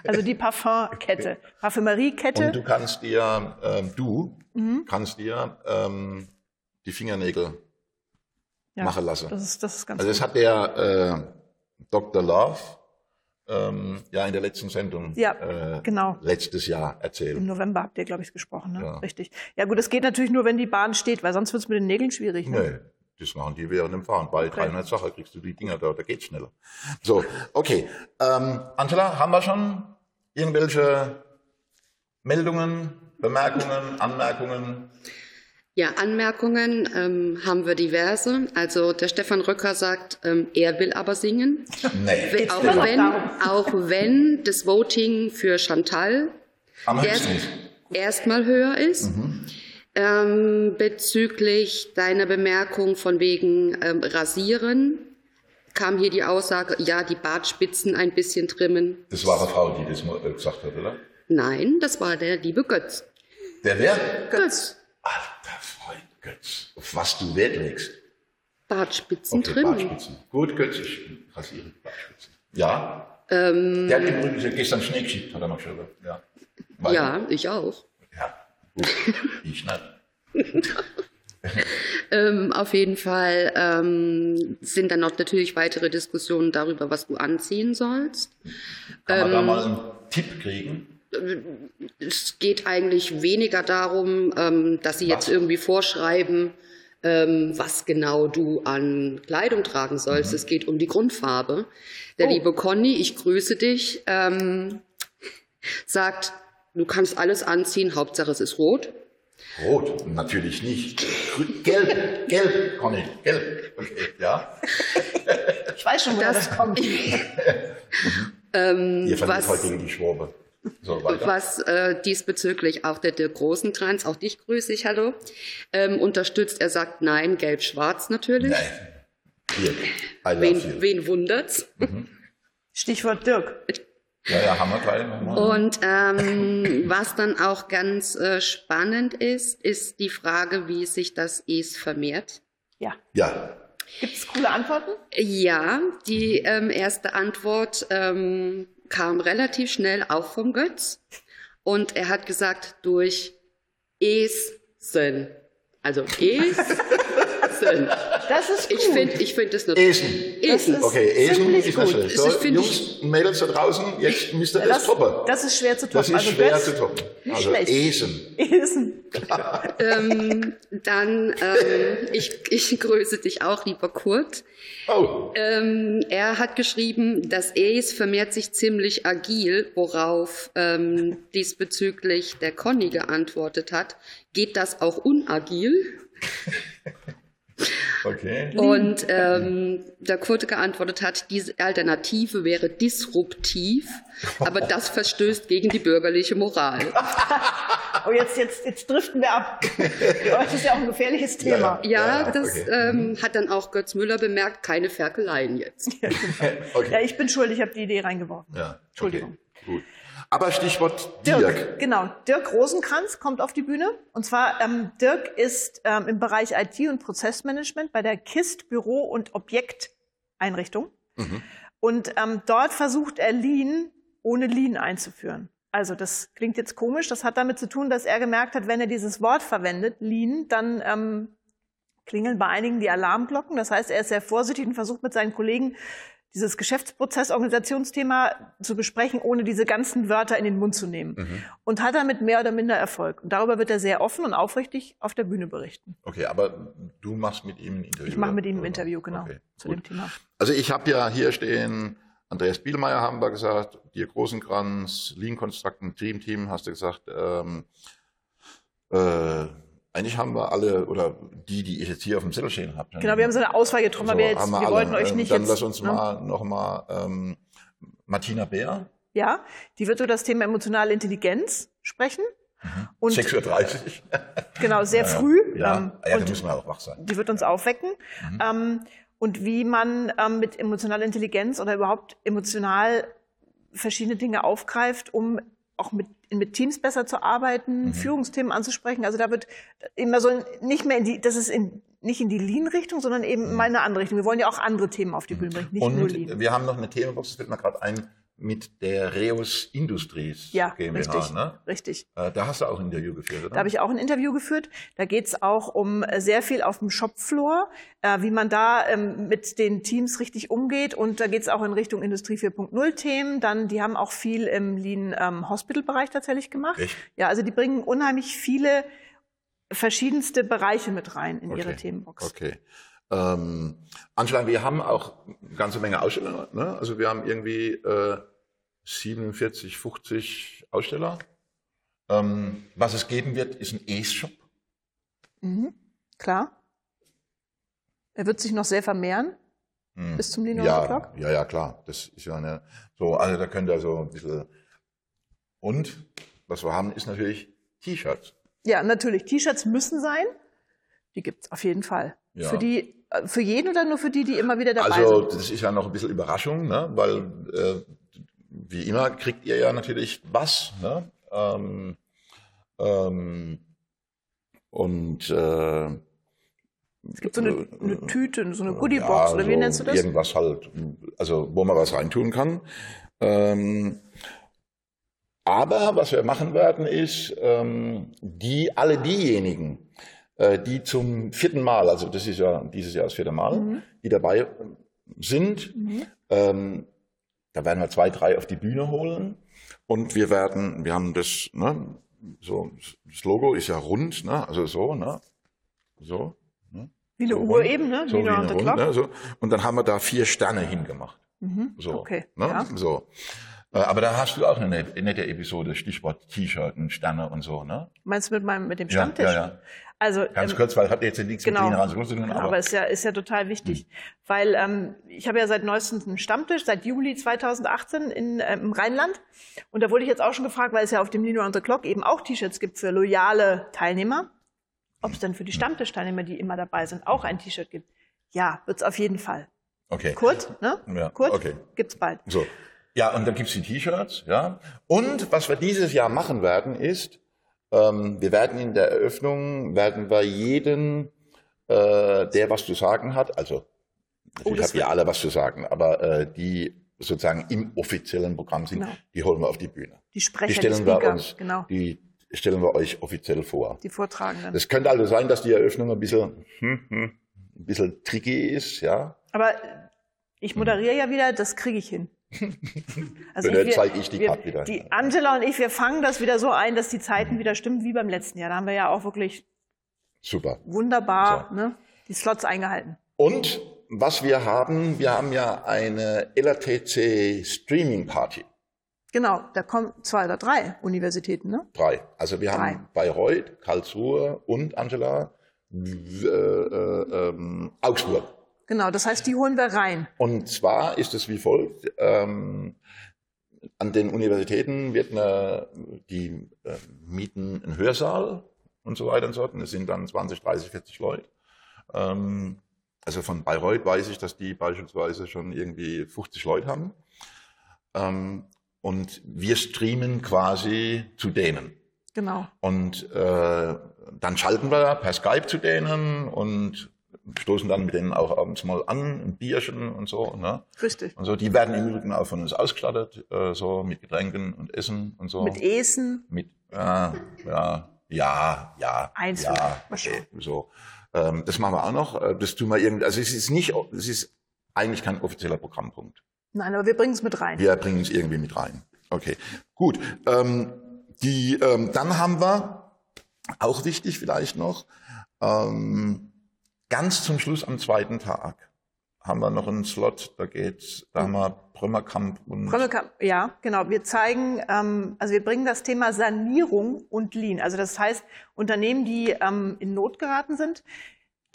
Also die Parfumkette. Parfümeriekette.
Und du kannst dir, ähm, du
Mhm.
kannst dir ähm, die Fingernägel
Ja,
machen lassen.
Das ist, das ist ganz
Also das hat der äh, Dr. Love ähm, ja in der letzten Sendung
Ja,
äh,
genau.
letztes Jahr
Im
erzählt.
November habt ihr, glaube ich, gesprochen, ne?
Ja.
Richtig. Ja gut, das geht natürlich nur, wenn die Bahn steht, weil sonst wird es mit den Nägeln schwierig. Ne?
Nö, das machen die während dem Fahren. Bei 300 Sachen kriegst du die Dinger da, da geht's schneller. So, okay. Ähm, Angela, haben wir schon irgendwelche Meldungen, Bemerkungen, Anmerkungen?
Ja, Anmerkungen ähm, haben wir diverse. Also der Stefan Röcker sagt, ähm, er will aber singen.
Nee,
Wenn, auch,
immer noch
wenn,
darum.
auch wenn das Voting für Chantal
am
erst,
höchsten nicht.
erstmal höher ist.
Mhm.
Ähm, bezüglich deiner Bemerkung von wegen ähm, Rasieren kam hier die Aussage, ja, die Bartspitzen ein bisschen trimmen.
Das war eine Frau, die das mal äh, gesagt hat, oder?
Nein, das war der liebe Götz.
Der wer?
Götz.
Alter Freund, Götz, auf was du Wert legst.
Bartspitzen
Okay,
trimmen.
Bartspitzen. Gut, Götz, ich rasiere Bartspitzen. Ja.
Ähm.
Der hat übrigens gestern Schnee geschickt, hat er noch schon gesagt. Ja. Weil-
Ja, ich auch.
ja. Gut. Ich schneide.
Ähm, auf jeden Fall ähm, sind dann noch natürlich weitere Diskussionen darüber, was du anziehen sollst.
Kann man da
Ähm.
mal einen Tipp kriegen?
Es geht eigentlich weniger darum, ähm, dass sie
Was?
jetzt irgendwie vorschreiben, ähm, was genau du an Kleidung tragen sollst.
Mhm.
Es geht um die Grundfarbe. Der
Oh.
liebe Conny, ich grüße dich, ähm, sagt, du kannst alles anziehen, Hauptsache es ist rot.
Rot, natürlich nicht. Grü- Gelb, gelb, Conny, gelb. Okay, ja.
Ich weiß schon, woher das, kommt.
Ihr verliert
Ähm, was-
heute gegen die Schwabe. So,
Und
weiter.
was äh, diesbezüglich auch der Dirk Rosenkranz, auch dich grüße ich, hallo, ähm, unterstützt. Er sagt nein, gelb-schwarz natürlich.
Nein. Hier, I love you.
Wen, wen wundert's?
Stichwort Dirk.
Ja, ja, haben wir gleich nochmal.
Und ähm, was dann auch ganz äh, spannend ist, ist die Frage, wie sich das Es vermehrt.
Ja.
Ja,
Gibt es coole Antworten?
Ja, die ähm, erste Antwort ähm, kam relativ schnell auch vom Götz. Und er hat gesagt, durch Esen. Also Esen.
Das ist gut.
Ich finde ich find E das
E
natürlich.
Esen.
Esen.
Das ist-
Okay, Esen
Ziemlich
ist das
gut.
schlecht.
Es
So,
ist, find
Jungs und Mädels da draußen, jetzt müsst ihr
Ja,
das
das,
toppen.
das ist schwer zu toppen.
Das ist
also
schwer
Götz,
zu toppen.
nicht
Also
schlecht.
Esen.
Esen.
Ähm, dann, ähm, ich, ich grüße dich auch, lieber Kurt.
Oh,
Ähm, er hat geschrieben, das Es vermehrt sich ziemlich agil, worauf ähm, diesbezüglich der Conny geantwortet hat. Geht das auch unagil?
okay.
Und ähm, der Kurt geantwortet hat, diese Alternative wäre disruptiv, aber das verstößt gegen die bürgerliche Moral.
Oh, jetzt, jetzt, jetzt driften wir ab. Für euch ist ja auch ein gefährliches Thema.
Ja,
Ja,
ja,
das
okay.
ähm, hat dann auch Götz Müller bemerkt, keine Ferkeleien jetzt.
okay.
Ja, ich bin schuld, ich habe die Idee reingeworfen.
Ja,
Entschuldigung.
Okay. Gut. Aber Stichwort Dirk.
Dirk. genau. Dirk Rosenkranz kommt auf die Bühne. Und zwar, ähm, Dirk ist ähm, im Bereich IT und Prozessmanagement bei der KIST Büro- und Objekteinrichtung. Und ähm, dort versucht er Lean ohne Lean einzuführen. Also das klingt jetzt komisch. Das hat damit zu tun, dass er gemerkt hat, wenn er dieses Wort verwendet, Lean, dann ähm, klingeln bei einigen die Alarmglocken. Das heißt, er ist sehr vorsichtig und versucht mit seinen Kollegen dieses Geschäftsprozessorganisationsthema zu besprechen, ohne diese ganzen Wörter in den Mund zu nehmen.
Mhm.
Und hat damit mehr oder minder Erfolg. Und darüber wird er sehr offen und aufrichtig auf der Bühne berichten.
Okay, aber du machst mit ihm ein Interview.
Ich mache mit ihm ein
oder? Also,
Interview, genau,
Okay,
zu
gut.
dem Thema.
Also ich habe ja hier stehen, Andreas Bielmeier haben wir gesagt, Dirk Rosenkranz, Lean Constructen, Dream Team hast du gesagt. Ähm, äh, eigentlich haben wir alle, oder die, die ich jetzt hier auf dem Zettel stehen habe.
Genau, wir haben so eine Auswahl getroffen, aber wir, jetzt,
Also haben
wir
alle.
wollten euch
Ähm,
nicht
Dann
jetzt...
lass uns
ne?
mal nochmal ähm, Martina Bär,
Ja, die wird über das Thema emotionale Intelligenz sprechen. Und
6.30 Uhr.
genau, sehr früh.
Mhm. Ja,
ähm,
ja da
und
müssen wir auch wach sein.
die wird uns aufwecken. Ähm, und wie man ähm, mit emotionaler Intelligenz oder überhaupt emotional verschiedene Dinge aufgreift, um auch mit, mit Teams besser zu arbeiten, Führungsthemen anzusprechen. Also da wird immer so ein- nicht mehr in die, das ist in, nicht in die Lean-Richtung, sondern eben mal in eine andere Richtung. Wir wollen ja auch andere Themen auf die Bühne bringen, nicht nur Lean.
Und äh, wir haben noch eine Themenbox, das fällt mir gerade ein, mit der Reus Industries
Ja,
GmbH.
richtig,
Ne?
richtig.
Äh, Da hast du auch ein Interview geführt, oder?
Da habe ich auch ein Interview geführt. Da geht es auch um äh, sehr viel auf dem Shopfloor, äh, wie man da ähm, mit den Teams richtig umgeht. Und da geht es auch in Richtung Industrie 4.0 Themen. Dann, die haben auch viel im Lean ähm, Hospital Bereich tatsächlich gemacht.
Echt?
Ja, also die bringen unheimlich viele verschiedenste Bereiche mit rein in ihre
Okay.
Themenbox.
Okay. Ähm, Angela, wir haben auch eine ganze Menge Aussteller. Ne? Also wir haben irgendwie äh, 47, 50 Aussteller. Ähm, was es geben wird, ist ein E-Shop.
Mhm. Klar. Er wird sich noch sehr vermehren
Hm.
bis zum Lean
ja,
O'Clock.
ja, ja, klar. Das ist ja eine. So, also da könnt ihr so ein bisschen. Und was wir haben, ist natürlich T-Shirts.
Ja, natürlich. T-Shirts müssen sein. Die gibt's auf jeden Fall.
Ja.
Für die, äh, für jeden oder nur für die, die immer wieder dabei
Also
sind?
das ist ja noch ein bisschen Überraschung, ne? weil äh, wie immer kriegt ihr ja natürlich was. Ne? Ähm, ähm, und äh,
Es gibt so eine, eine Tüte, so eine Goodiebox
ja,
oder wie
so
nennst du das?
Irgendwas halt, also wo man was reintun kann. Ähm, aber was wir machen werden, ist, ähm, die, alle diejenigen, äh, die zum vierten Mal, also das ist ja dieses Jahr das vierte Mal,
Mhm.
die dabei sind, ähm, da werden wir zwei, drei auf die Bühne holen und wir werden, wir haben das, ne, so, das Logo ist ja rund, ne, also so, ne, so,
Wie eine
so
Uhr
rund,
eben, ne?
So wie
Leaner
eine
on the
rund,
Clock.
ne? so. Und dann haben wir da vier Sterne hingemacht. So,
Mhm. okay,
Ne?
ja.
So. Äh, Aber da hast du auch eine net- nette Episode, Stichwort T-Shirt und Sterne und so, ne?
Meinst du mit meinem, mit dem
Ja,
Stammtisch?
ja, ja.
Also,
Ganz
ähm,
kurz, weil hat jetzt nichts
genau.
mit Lina Hans zu Mhm. tun,
Genau,
aber
aber ist ja, ist ja total wichtig, weil ähm, ich habe ja seit neuestem einen Stammtisch, seit Juli 2018 in, äh, im Rheinland. Und da wurde ich jetzt auch schon gefragt, weil es ja auf dem Lean Around the Clock eben auch T-Shirts gibt für loyale Teilnehmer, ob es denn für die
Mhm.
Stammtischteilnehmer, die immer dabei sind, auch ein T-Shirt gibt. Ja, wird's auf jeden Fall.
okay.
Kurt, ne?
Ja,
Kurt,
okay.
gibt's bald.
So. Ja, und dann gibt's die T-Shirts, ja. Und was wir dieses Jahr machen werden, ist, ähm, wir werden in der Eröffnung, werden wir jeden, äh, der was zu sagen hat, also
Oh,
ich
das
habe ja alle was zu sagen, aber äh, die sozusagen im offiziellen Programm sind,
Genau.
die holen wir auf die Bühne.
Die Sprecher,
die stellen
Speaker,
wir uns,
genau, die,
die stellen wir euch offiziell vor.
Vortragenden.
Es könnte also sein, dass die Eröffnung ein bisschen, hm, hm, ein bisschen tricky ist, ja.
Aber
Hm.
ich moderiere ja wieder, das kriege ich hin. Also
Und dann
wir-
zeig ich die
wir,
Karte wieder. Hm.
Die Angela und ich, wir fangen das wieder so ein, dass die Zeiten wieder stimmen wie beim letzten Jahr. Da haben wir ja auch wirklich
Super.
wunderbar
So.
ne, die Slots eingehalten.
Und was wir haben, wir haben ja eine LATC Streaming Party.
Genau, da kommen zwei oder drei Universitäten. Ne?
Drei. Also wir
Drei.
haben Bayreuth, Karlsruhe und Angela w- äh, äh, ähm, Augsburg.
Genau, das heißt, die holen wir rein.
Und zwar ist es wie folgt. Ähm, an den Universitäten wird eine, die äh, mieten einen Hörsaal und so weiter und so fort. Und es sind dann 20, 30, 40 Leute. Ähm, also von Bayreuth weiß ich, dass die beispielsweise schon irgendwie 50 Leute haben. Ähm, und wir streamen quasi zu denen.
Genau.
Und äh, dann schalten wir per Skype zu denen und stoßen dann mit denen auch abends mal an, ein Bierchen und so. Ne?
Richtig.
Und so, die werden im Übrigen auch von uns ausgestattet, äh, so mit Getränken und Essen und so.
Mit E- Essen.
Mit, äh, ja, ja, ja.
Einzeln.
Ja,
Mal schauen.
so. Ähm, das machen wir auch noch. Äh, Das tun wir irgendwie, also es ist nicht, es ist eigentlich kein offizieller Programmpunkt.
Nein, aber wir bringen es mit rein.
Wir bringen es irgendwie mit rein. Okay, gut. Ähm, die, ähm, dann haben wir, auch wichtig vielleicht noch, ähm, ganz zum Schluss am zweiten Tag haben wir noch einen Slot, da geht's, da haben wir Brömmerkamp und
Brömmelkamp, ja, genau. Wir zeigen, ähm, also wir bringen das Thema Sanierung und Lean. Also das heißt, Unternehmen, die ähm, in Not geraten sind,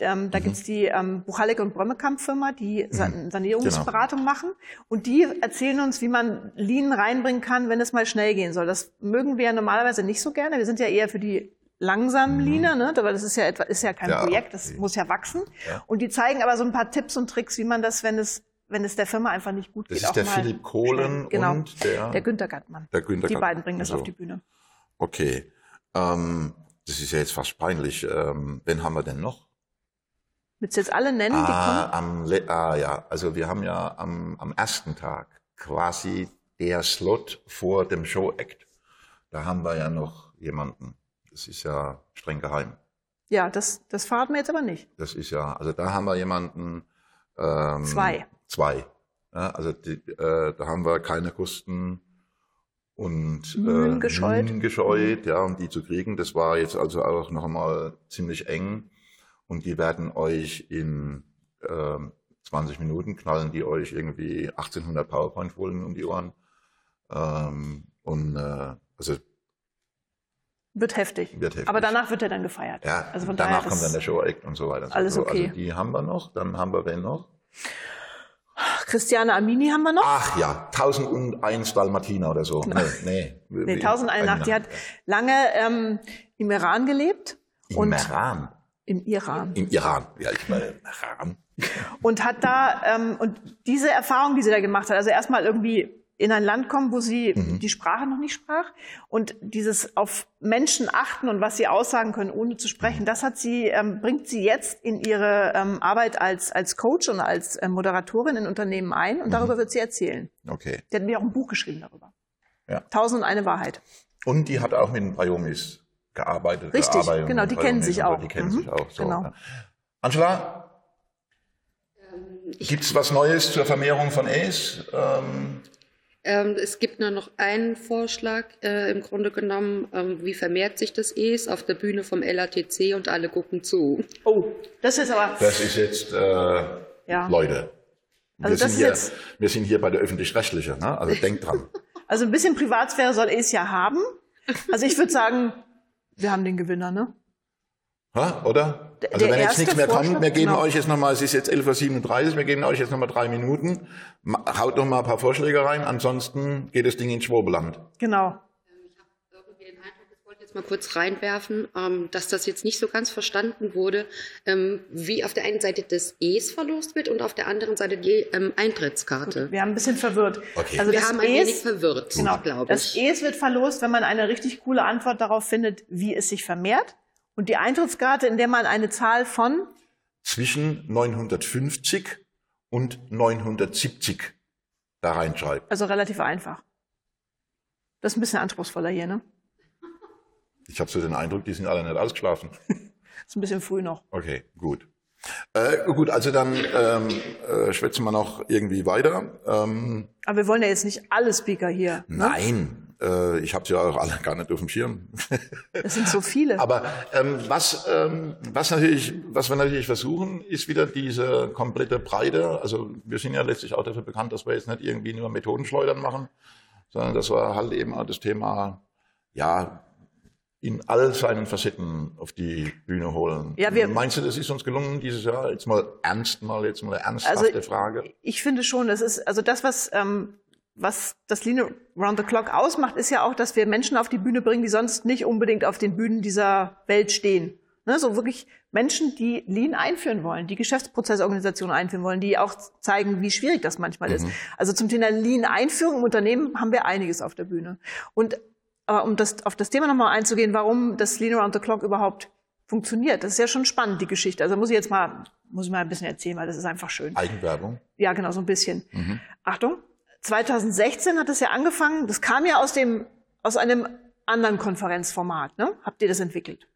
ähm,
Mhm.
da gibt's die ähm, Buchalik und Brömmekamp-Firma, die Sa Sanierungsberatung
Genau.
machen. Und die erzählen uns, wie man Lean reinbringen kann, wenn es mal schnell gehen soll. Das mögen wir ja normalerweise nicht so gerne. Wir sind ja eher für die langsamen Leaner, ne? aber das ist ja, etwa, ist ja kein
Mhm. Ja,
Projekt, das muss ja wachsen. Und die zeigen aber so ein paar Tipps und Tricks, wie man das, wenn es wenn es der Firma einfach nicht gut
Das
geht.
ist
auch
der
mal
Philipp Kohlen
stellen. genau,
und der-
der Günter Gattmann.
Ah. Der Günter
die
Gattmann.
beiden bringen das
So.
auf die Bühne.
Okay. Ähm, das ist ja jetzt fast peinlich. Ähm, wen haben wir denn noch?
Willst du jetzt alle nennen? die
Ah,
kommen?
am, Le- ah, ja. Also wir haben ja am, am ersten Tag quasi der Slot vor dem Show-Act. Da haben wir ja noch jemanden. Das ist ja streng geheim.
Ja, das, das verraten wir jetzt aber nicht.
Das ist ja, also da haben wir jemanden. Ähm,
Zwei.
Zwei. Ja, also die, äh, da haben wir keine Kosten und äh,
Mühen gescheut.
Mühen gescheut, ja, um die zu kriegen. Das war jetzt also auch noch einmal ziemlich eng. Und die werden euch in ähm, 20 Minuten knallen, die euch irgendwie 1800 PowerPoint-Folien um die Ohren. Ähm, und äh, also
Wird heftig.
Wird heftig.
Aber danach wird er dann gefeiert.
ja,
Also von
danach
daher
kommt dann
das-
der Show-Act und so weiter. und so
alles
fort.
okay.
Also die haben wir noch. Dann haben wir wen noch?
Christiane Amini haben wir noch.
Ach ja, 1001 Dalmatiner oder so. Nee, nee.
Nee, 1001 Nacht. Die hat lange ähm, im Iran gelebt
Im
und
Iran.
im Iran.
Im Iran. Ja, ich meine, im Iran.
Und hat da, ähm, und diese Erfahrung, die sie da gemacht hat, also erstmal irgendwie in ein Land kommen, wo sie
Mhm.
die Sprache noch nicht sprach und dieses auf Menschen achten und was sie aussagen können, ohne zu sprechen, das hat sie, ähm, bringt sie jetzt in ihre ähm, Arbeit als, als Coach und als ähm, Moderatorin in Unternehmen ein
Mhm.
und darüber wird sie erzählen.
Okay.
Sie hat nämlich auch ein Buch geschrieben darüber.
Ja.
Tausend und eine Wahrheit.
Und die hat auch mit den Bryomis gearbeitet.
Richtig,
gearbeitet
genau,
mit
die
den
kennen
Bryomis
sich
und
auch.
Die kennen
Mhm,
sich auch. So.
genau.
Angela, gibt's was Neues zur Vermehrung von Ace? Ähm,
Ähm, es gibt nur noch einen Vorschlag, äh, im Grunde genommen, ähm, wie vermehrt sich das Es auf der Bühne vom LATC und alle gucken zu.
Oh, das ist aber,
das ist jetzt, äh,
Ja.
Leute.
Also
wir,
das
sind
ist
hier,
jetzt-
wir sind hier bei der Öffentlich-Rechtlichen, ne? also denkt dran.
also ein bisschen Privatsphäre soll es ja haben. Also ich würde sagen, wir haben den Gewinner, ne?
Ha, oder?
Der-
Also
der
wenn jetzt
erste
nichts mehr kommt,
Vorschlag,
wir geben
genau.
euch jetzt nochmal, es ist jetzt 11.37 Uhr, wir geben euch jetzt nochmal drei Minuten, Ma- haut nochmal ein paar Vorschläge rein, ansonsten geht das Ding ins Schwobeland.
Genau.
irgendwie den Eindruck, das wollte ich jetzt mal kurz reinwerfen, ähm, dass das jetzt nicht so ganz verstanden wurde, ähm, wie auf der einen Seite das Es verlost wird und auf der anderen Seite die ähm, Eintrittskarte.
Wir haben ein bisschen verwirrt.
Okay.
Also
Wir
das
haben ein wenig
Es,
verwirrt,
genau,
glaube
das
ich.
Es wird verlost, wenn man eine richtig coole Antwort darauf findet, wie es sich vermehrt. Und die Eintrittskarte, in der man eine Zahl von,
Zwischen 950 und 970 da reinschreibt.
also relativ einfach. Das ist ein bisschen anspruchsvoller hier, ne?
Ich habe so den Eindruck, die sind alle nicht ausgeschlafen.
Ist ein bisschen früh noch.
Okay, gut. Äh, gut, also dann ähm, äh, schwätzen wir noch irgendwie weiter. Ähm,
Aber wir wollen ja jetzt nicht alle Speaker hier.
Hm. nein, äh, ich habe sie ja auch alle gar nicht auf dem Schirm.
Es sind so viele.
Aber ähm, was, ähm, was, natürlich, was wir natürlich versuchen, ist wieder diese komplette Breite. Also wir sind ja letztlich auch dafür bekannt, dass wir jetzt nicht irgendwie nur Methodenschleudern machen, sondern dass wir halt eben auch das Thema ja in all seinen Facetten auf die Bühne holen.
Ja, wir-
Meinst du, das ist uns gelungen dieses Jahr? Jetzt mal ernst, mal jetzt mal eine ernsthafte
Also-
Frage.
ich finde schon, das ist, also das, was, ähm, was das Lean Round the Clock ausmacht, ist ja auch, dass wir Menschen auf die Bühne bringen, die sonst nicht unbedingt auf den Bühnen dieser Welt stehen. Ne, so wirklich Menschen, die Lean einführen wollen, die Geschäftsprozessorganisationen einführen wollen, die auch zeigen, wie schwierig das manchmal ist. Also zum Thema Lean-Einführung im Unternehmen haben wir einiges auf der Bühne. Und aber um das, auf das Thema nochmal einzugehen, warum das Lean Around the Clock überhaupt funktioniert, das ist ja schon spannend, die Geschichte. Also muss ich jetzt mal, muss ich mal ein bisschen erzählen, weil das ist einfach schön.
Eigenwerbung.
Ja, genau, so ein bisschen.
Mhm.
Achtung. 2016 hat es ja angefangen. Das kam ja aus dem, aus einem anderen Konferenzformat, ne? Habt ihr das entwickelt?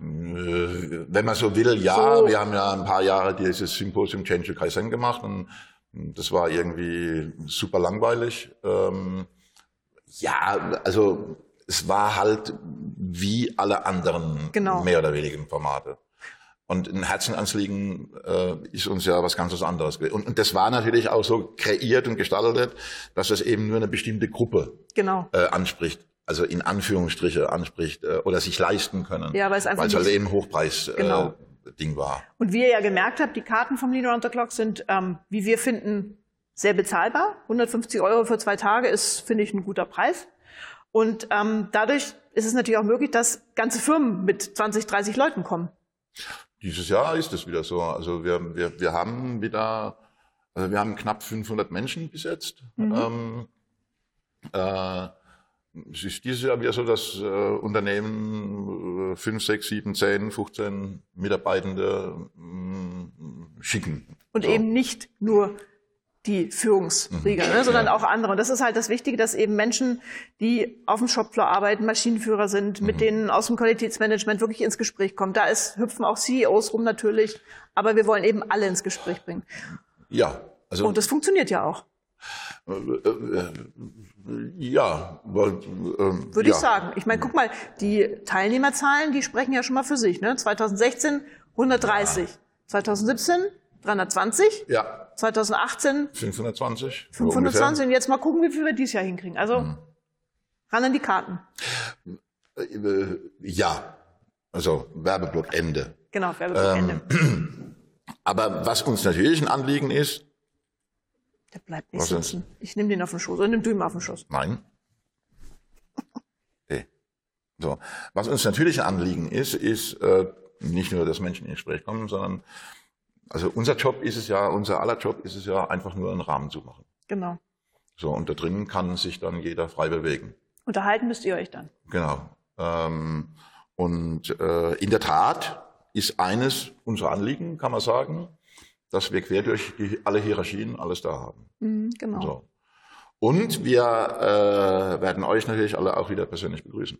Äh, wenn man so will, ja.
So.
Wir haben ja ein paar Jahre dieses Symposium Change Your Kaizen gemacht und das war irgendwie super langweilig. Ähm, ja, also es war halt wie alle anderen
Genau.
mehr oder wenigen Formate. Und ein Herzen anzulegen äh, ist uns ja was ganz was anderes. gewesen. Und, und das war natürlich auch so kreiert und gestaltet, dass es eben nur eine bestimmte Gruppe
Genau.
äh, anspricht, also in Anführungsstriche anspricht äh, oder sich leisten können.
Ja, weil es einfach
weil es halt
nicht-
eben Hochpreis
Also Genau.
äh, Ding war.
Und wie ihr ja gemerkt habt, die Karten vom Lean Around the Clock sind, ähm, wie wir finden, sehr bezahlbar. 150 Euro für zwei Tage ist, finde ich, ein guter Preis. Und ähm, dadurch ist es natürlich auch möglich, dass ganze Firmen mit 20, 30 Leuten kommen.
Dieses Jahr ist es wieder so. Also wir, wir, wir haben wieder, Also wir haben knapp 500 Menschen besetzt.
Mhm.
Ähm, äh, es ist dieses Jahr wieder so, dass äh, Unternehmen äh, 5, 6, 7, 10, 15 Mitarbeitende mm, schicken.
Und
So.
eben nicht nur die Führungsriege, ne, sondern auch andere. Und das ist halt das Wichtige, dass eben Menschen, die auf dem Shopfloor arbeiten, Maschinenführer sind, mit denen aus dem Qualitätsmanagement wirklich ins Gespräch kommen. Da ist, hüpfen auch CEOs rum natürlich, aber wir wollen eben alle ins Gespräch bringen.
Ja, also
Und das funktioniert ja auch,
äh, äh, ja, ähm, würde
würde ich sagen. Ich meine, guck mal, die Teilnehmerzahlen, die sprechen ja schon mal für sich. Ne? 2016 130, 2017 320,
Ja,
2018
520. so
520 und jetzt mal gucken, wie viel wir dieses Jahr hinkriegen. Also ran an die Karten.
ungefähr. Äh, Ja, also Werbeblock Ende. Ähm,
Genau, Werbeblock Ende.
Aber was uns natürlich ein Anliegen ist,
Der bleibt nicht
was ist?
sitzen. Ich nehme den auf den Schoß. Oder nimm du ihn auf den Schoß.
nein. Nee. So, was uns natürlich ein Anliegen ist, ist äh, nicht nur, dass Menschen ins Gespräch kommen, sondern also unser Job ist es ja, unser aller Job ist es ja, einfach nur einen Rahmen zu machen.
Genau.
So, und da drin kann sich dann jeder frei bewegen.
Unterhalten müsst ihr euch dann.
Genau. Ähm, und äh, in der Tat ist eines unserer Anliegen, kann man sagen, dass wir quer durch die, alle Hierarchien alles da haben.
Mhm, genau.
So. Und wir äh, werden euch natürlich alle auch wieder persönlich begrüßen.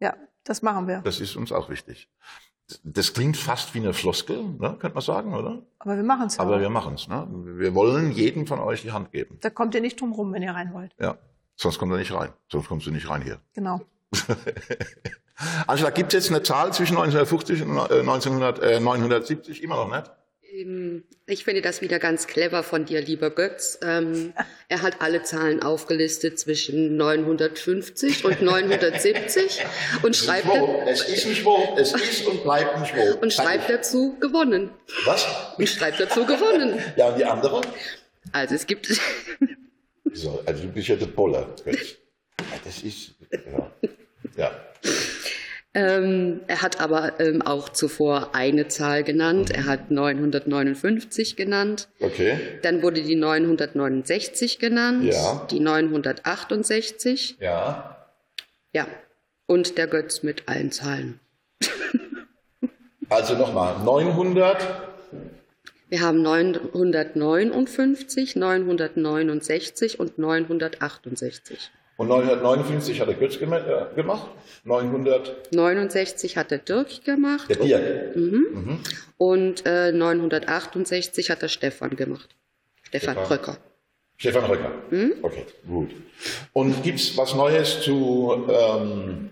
Ja, das machen wir.
Das ist uns auch wichtig. Das klingt fast wie eine Floskel, ne, könnte man sagen, oder?
Aber wir machen es ja.
Aber wir machen es. Ne? Wir wollen jedem von euch die Hand geben.
da kommt ihr nicht drum rum, wenn ihr rein wollt.
Ja. Sonst kommt er nicht rein. Sonst kommst du nicht rein hier.
Genau.
Angela, gibt es jetzt eine Zahl zwischen 1950 und äh, 1900, äh, 970? Immer noch nicht?
Ähm, Ich finde das wieder ganz clever von dir, lieber Götz. Ähm, er hat alle Zahlen aufgelistet zwischen 950 und 970 und schreibt,
Es ist nicht wo. Es ist und bleibt nicht wo.
und schreibt dazu gewonnen.
Was?
Und schreibt dazu gewonnen.
Ja, und die andere?
Also es gibt,
So, also du bist ja der Poller. Das ist, ja. ja.
ähm, er hat aber ähm, auch zuvor eine Zahl genannt. Er hat 959 genannt.
Okay.
Dann wurde die 969 genannt,
Ja.
die 968.
Ja.
Ja, und der Götz mit allen Zahlen.
Also nochmal. 900.
Wir haben 959, 969 und 968.
Und 959 hat der Götz gem- äh, gemacht. 900.
69 hat der Dirk gemacht
Der Dirk.
und äh, 968 hat der Stefan gemacht. Stefan
Stefan.
Bröcker.
Stefan Röcker.
Hm?
Okay, gut. Und gibt's was Neues zu ähm,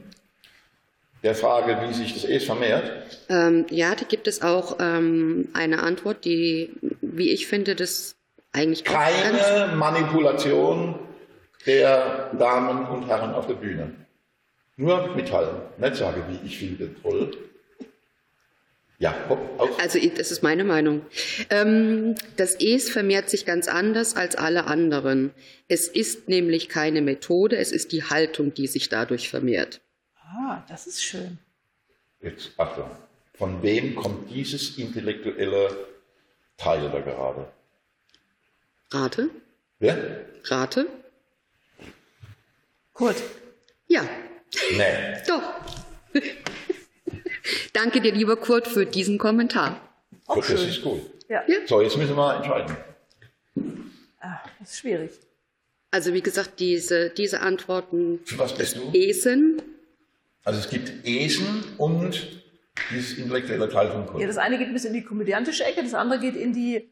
der Frage, wie sich das AIDS vermehrt?
Ähm, ja, da gibt es auch ähm, eine Antwort, die, wie ich finde, das eigentlich auch ganz-
Keine Manipulation der Damen und Herren auf der Bühne. Nur mitteilen. Nicht sagen, wie ich finde, toll. Ja, hopp, auf.
Also ich- das ist meine Meinung. Ähm, das Es vermehrt sich ganz anders als alle anderen. Es ist nämlich keine Methode, es ist die Haltung, die sich dadurch vermehrt.
Ah, das ist schön.
Jetzt, Achtung. Von wem kommt dieses intellektuelle Teil da gerade?
Rate?
Wer?
Rate?
Kurt,
Ja,
Nee.
doch. Danke dir, lieber Kurt, für diesen Kommentar.
auch
Gut, das
schön.
ist gut.
Ja,
Ja.
So, jetzt müssen wir entscheiden.
Ah, das ist schwierig.
Also wie gesagt, diese, diese Antworten
Für was bist du?
Esen,
Also es gibt Esen und dieses intellektuelle Teil von Kunst.
Ja, das eine geht ein bisschen in die komödiantische Ecke, das andere geht in die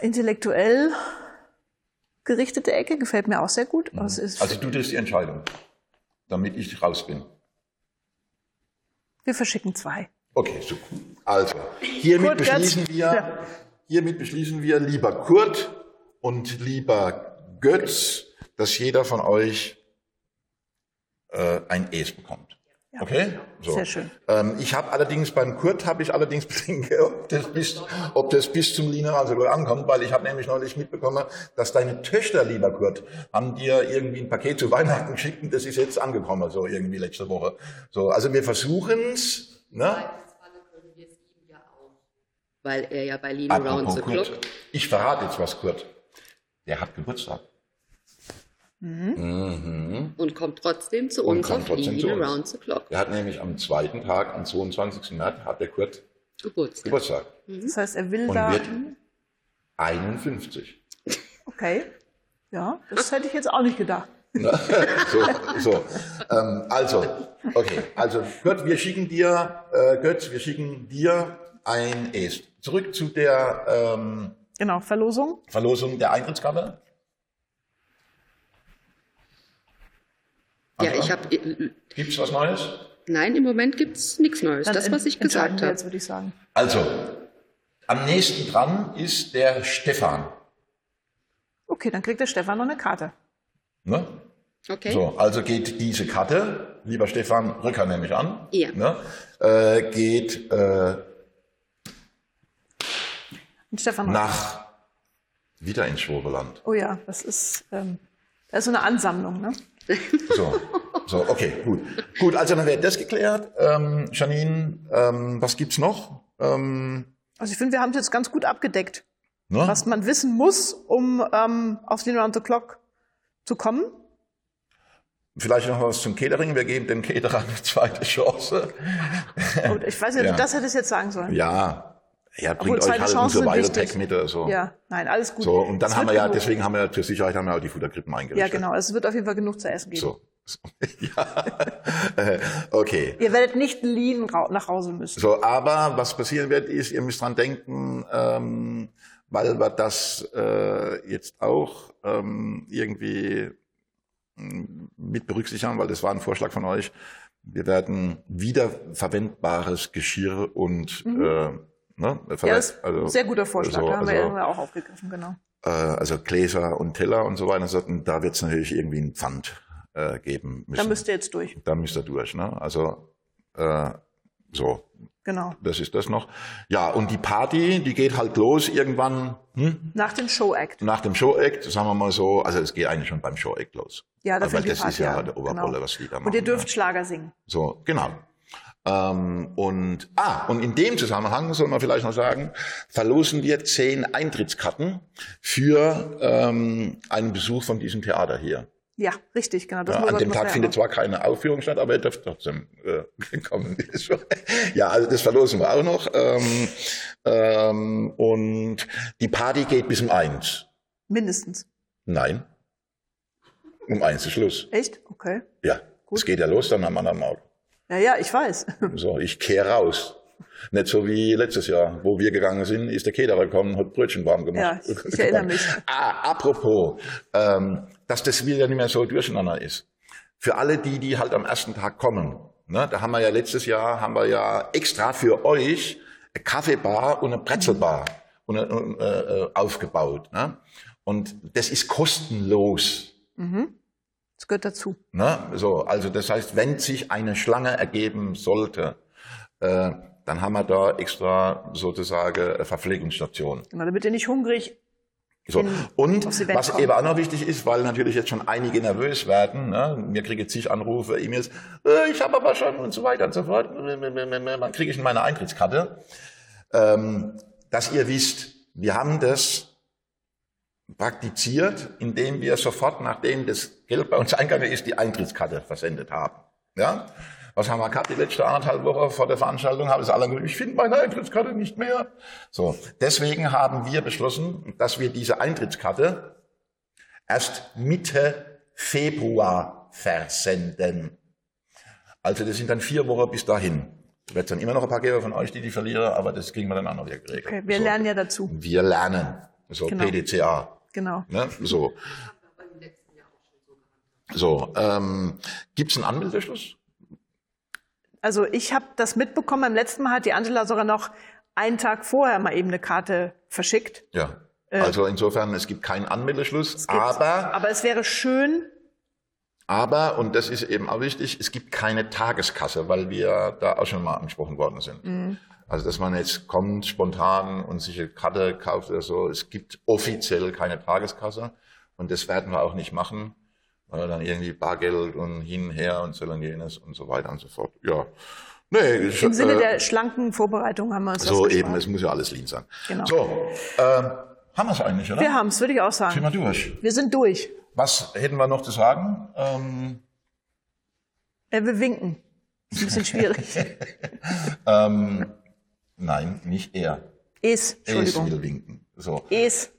intellektuell gerichtete Ecke. Gefällt mir auch sehr gut. Aber Mhm. es ist,
also du triffst die Entscheidung, damit ich raus bin.
wir verschicken zwei.
Okay, super. Also, hiermit
Kurt,
beschließen
Götz.
wir,
Ja.
hiermit beschließen wir, lieber Kurt und lieber Götz, dass jeder von euch äh, ein Es bekommt. Okay?
Sehr schön.
Ähm, ich habe allerdings beim Kurt habe ich allerdings Bedenken, ob das bis, ob das bis zum Lina also gut ankommt, weil ich habe nämlich neulich mitbekommen, dass deine Töchter, lieber Kurt, haben dir irgendwie ein Paket zu Weihnachten geschickt und das ist jetzt angekommen, so irgendwie letzte Woche. So, also wir versuchen's, ne?
weil er ja bei Lean Around
Apropos
the
Kurt.
Clock.
Ich verrate jetzt was, Kurt. Der hat Geburtstag.
Mhm. Und kommt trotzdem zu
Und
uns
kommt
auf
trotzdem
Lean
zu uns.
Around the Clock.
Der hat nämlich am zweiten Tag, am 22. März, hat der Kurt
Geburtstag.
Geburtstag.
Das heißt, er will
Und
da.
wird 51.
Okay. Ja, das hätte ich jetzt auch nicht gedacht.
Ne? So, so. Ähm, also, okay. Also, Gött, wir schicken dir, äh, Götz, wir schicken dir ein Est. Zurück zu der ähm,
Genau, Verlosung.
Verlosung der Eintrittskarte.
ja, ich habe.
Gibt's was Neues?
Nein, im Moment gibt es nichts Neues.
Dann
Das, was ich
ent- entscheiden
gesagt
wir
habe.
Jetzt würde ich sagen.
Also, am nächsten dran ist der Stefan.
Okay, dann kriegt der Stefan noch eine Karte.
Ne?
Okay.
So, also geht diese Karte, lieber Stefan Rücker nehme ich an,
Ja.
ne, äh, geht äh,
Und Stefan
nach wieder ins Schwobeland.
Oh ja, das ist, ähm, das ist so eine Ansammlung, ne?
So, so okay, gut. Gut, also dann wird das geklärt. Ähm, Janine, ähm, was gibt's noch? Ähm,
Also ich finde, wir haben es jetzt ganz gut abgedeckt,
ne?
was man wissen muss, um ähm, aufs Lean Around the Clock zu kommen.
Vielleicht noch was zum Catering. Wir geben dem Caterer eine zweite Chance.
Und ich weiß nicht,
Ja.
du das hättest jetzt sagen sollen.
Ja, ja
Obwohl,
bringt euch
zweite
halt unser
Chancen sind
Viral-Pack
wichtig.
mit oder so.
Ja, nein, alles gut.
So, und dann
Es
haben wir
wird
ja,
genug.
deswegen haben wir zur Sicherheit haben wir auch die Futterkrippen
Ja,
eingerichtet.
genau. Es wird auf jeden Fall genug zu essen geben.
So. so. ja. Äh, okay.
Ihr werdet nicht lean rau- nach Hause müssen.
So, aber was passieren wird, ist, ihr müsst dran denken, ähm, weil wir das äh, jetzt auch ähm, irgendwie mh, mit berücksichtigt haben, weil das war ein Vorschlag von euch. Wir werden wiederverwendbares Geschirr und äh, ne,
Mhm. Ja, das ist
also-
ein sehr guter Vorschlag.
so,
da haben wir
also-
ja auch aufgegriffen, genau.
äh, also Gläser und Teller und so weiter. und so fort. Und da wird es natürlich irgendwie ein Pfand äh, geben müssen.
Da müsst ihr jetzt durch.
da müsst ihr durch. Ne? Also äh, so,
Genau.
das ist das noch. Ja, und die Party, die geht halt los irgendwann hm,
Nach dem Show-Act.
nach dem Show-Act, sagen wir mal so. Also es geht eigentlich schon beim Show-Act los.
Ja, da
Aber
fängt die
das
Party
ist ja
an.
der Oberrolle,
Genau.
was die da machen.
Und ihr dürft
ne?
Schlager singen.
So, genau. Ähm, und ah, und in dem Zusammenhang soll man vielleicht noch sagen, verlosen wir zehn Eintrittskarten für ähm, einen Besuch von diesem Theater hier.
Ja, richtig, genau. Das
Ja,
muss
an
man-
dem
muss man
Tag
ja
findet
auch-
zwar keine Aufführung statt, aber ihr dürft trotzdem äh, kommen. Ist schon- ja, also das verlosen wir auch noch. Ähm, ähm, und die Party geht bis um eins.
Mindestens.
Nein. Um eins ist Schluss.
Echt? Okay.
Ja. Es geht ja los, dann am anderen Auto.
Ja, ja, ich weiß.
So, ich kehre raus. Nicht so wie letztes Jahr, wo wir gegangen sind, ist der Kederer gekommen, hat Brötchen warm gemacht.
Ja, ich- ich erinnere mich.
Ah, apropos, ähm, dass das wieder nicht mehr so durcheinander ist. Für alle die, die halt am ersten Tag kommen, ne, da haben wir ja letztes Jahr, haben wir ja extra für euch eine Kaffeebar und eine Brezelbar und, eine- und, äh, äh, aufgebaut. Ne? Und das ist kostenlos.
Mhm. Das gehört dazu.
Ne? So, also das heißt, wenn sich eine Schlange ergeben sollte, äh, dann haben wir da extra sozusagen eine Verpflegungsstation.
Genau, damit ihr nicht hungrig.
So.
In-
Und
aufs Event
was
kommen.
eben auch noch wichtig ist, weil natürlich jetzt schon einige nervös werden, ne? mir kriege zig Anrufe, E-Mails, äh, ich habe aber schon und so weiter und so fort, wann kriege ich denn meine Eintrittskarte? Ähm, dass ihr wisst, wir haben das praktiziert, indem wir sofort, nachdem das Geld bei uns eingegangen ist, die Eintrittskarte versendet haben. Ja? Was haben wir gehabt die letzte anderthalb Woche vor der Veranstaltung? Haben es alle gesagt, ich finde meine Eintrittskarte nicht mehr. So. Deswegen haben wir beschlossen, dass wir diese Eintrittskarte erst Mitte Februar versenden. Also das sind dann vier Wochen bis dahin. Wird dann immer noch ein paar geben von euch, die die verlieren, aber das kriegen wir dann auch noch wieder geregelt.
Okay, wir
so.
lernen ja dazu.
Wir lernen. So
Genau.
PDCA.
Genau.
Ne? So. So, ähm, gibt's einen Anmeldeschluss?
Also ich habe das mitbekommen. Beim letzten Mal hat die Angela sogar noch einen Tag vorher mal eben eine Karte verschickt.
Ja. Also insofern, es gibt keinen Anmeldeschluss,
Äh. gibt's.
aber,
Aber es wäre schön.
aber, und das ist eben auch wichtig, es gibt keine Tageskasse, weil wir da auch schon mal angesprochen worden sind.
Mhm.
Also, dass man jetzt kommt spontan und sich eine Karte kauft oder so, es gibt offiziell keine Tageskasse und das werden wir auch nicht machen, weil dann irgendwie Bargeld und hin und her und so und jenes und so weiter und so fort. Ja, Nee, ich,
Im Sinne
äh,
der schlanken Vorbereitung haben wir uns
So
das
eben,
gespart.
es muss ja alles lean sein.
Genau.
So, ähm, haben wir es eigentlich, oder?
Wir haben es, würde ich auch
Sind wir
sagen.
durch.
Wir sind durch.
Was hätten wir noch zu sagen? Ähm,
Äh, wir winken. Ist ein bisschen schwierig.
ähm, nein, nicht er.
Es,
Es
Entschuldigung.
will winken. So.
Es.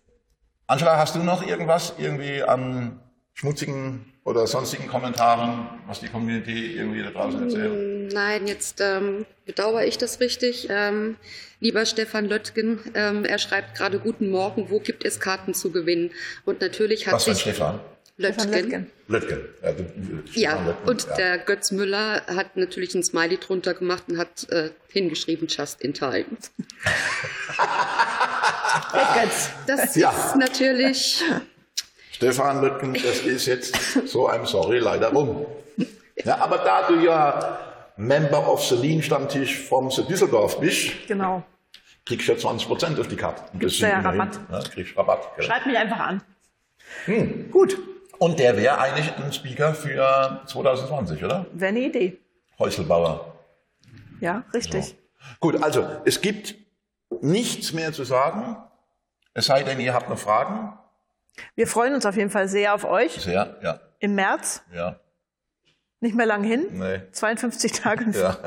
Angela, hast du noch irgendwas irgendwie an schmutzigen oder sonstigen Kommentaren, was die Community irgendwie da draußen erzählt?
Hm, Nein, jetzt ähm, bedauere ich das richtig. Ähm, lieber Stefan Löttgen, ähm, er schreibt gerade Guten Morgen, wo gibt es Karten zu gewinnen? Und
Mm,
natürlich hat
Was für ein
sich
Stefan?
Stefan
Löttgen.
Löttgen.
Lötke. Ja, du- Stefan
Ja,
Lötke,
und der Götz Müller hat natürlich ein Smiley drunter gemacht und hat äh, hingeschrieben, just in time.
Löttgens.
Das
Ja.
ist natürlich,
Stefan Lüttgen, das ist jetzt so einem Sorry leider rum. Ja, aber da du ja Member of the Lean Stammtisch vom The Düsseldorf bist,
Genau.
kriegst du ja 20 Prozent auf die Karte. Und
Gibt's
das
da
sind
ja
immerhin,
Rabatt?
Ne, kriegst Rabatt. Gell?
Schreib mich einfach an.
Hm.
Gut.
Und der wäre eigentlich ein Speaker für 2020, oder?
Wäre eine Idee.
Heuselbauer.
Ja, richtig.
Gut, also es gibt nichts mehr zu sagen, es sei denn, ihr habt noch Fragen.
Wir freuen uns auf jeden Fall sehr auf euch
Sehr, ja,
im März.
ja,
Nicht mehr lang hin.
Nee.
52 Tage und
Ja.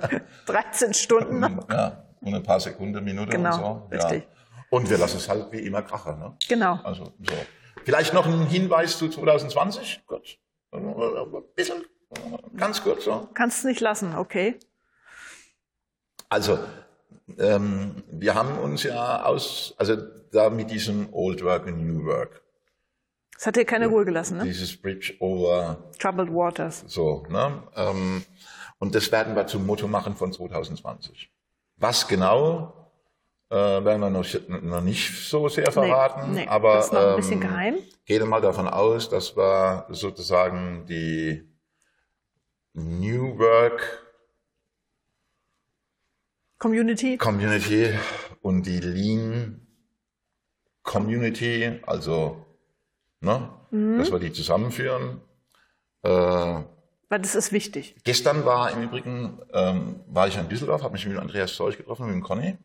13 Stunden.
ja. Und ein paar Sekunden, Minute
Genau,
und so.
richtig.
Ja. Und wir lassen es halt wie immer krachen. Ne?
Genau.
Also, so. Vielleicht noch ein Hinweis zu 2020, kurz. Ein bisschen, ganz kurz. So.
Kannst nicht lassen, okay?
Also, ähm, wir haben uns ja aus, also da mit diesem Old Work and New Work,
Das hat dir keine Ruhe gelassen, ne?
dieses Bridge over
Troubled Waters.
So, ne? ähm, und das werden wir zum Motto machen von 2020. Was genau, äh, werden wir noch, noch nicht so sehr verraten,
nee,
aber ähm,
das ist noch ein bisschen geheim.
Gehe mal davon aus, dass wir sozusagen die New Work
Community.
Community und die Lean Community, also ne, dass wir die zusammenführen. Äh,
Weil das ist wichtig.
Gestern war im Übrigen, ähm, war ich in Düsseldorf, habe mich mit Andreas Zeug getroffen, mit dem Conny.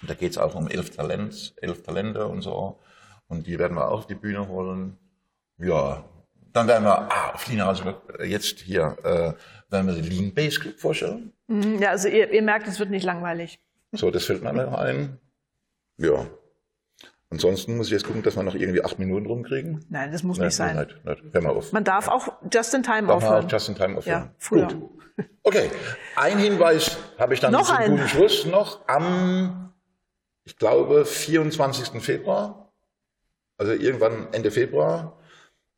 Und da geht's auch um elf Talents, elf Talente und so. Und die werden wir auch auf die Bühne holen. Ja, dann werden wir, ah, auf Lina, also jetzt hier, äh, werden wir den Lean Base Club vorstellen.
Mhm, Ja, also ihr, ihr merkt, es wird nicht langweilig.
So, das fällt mir noch ein. Ja. Ansonsten muss ich jetzt gucken, dass wir noch irgendwie acht Minuten rumkriegen.
Nein, das muss
Nein,
nicht sein.
Nicht, nicht. Hör mal auf.
Man darf auch just in time
Darf man
aufhören.
halt auch just in time aufhören.
Ja, früher.
Gut. Okay, ein Hinweis habe ich dann
Noch
zum
einen.
guten Schluss noch am, ich glaube, 24. Februar, also irgendwann Ende Februar,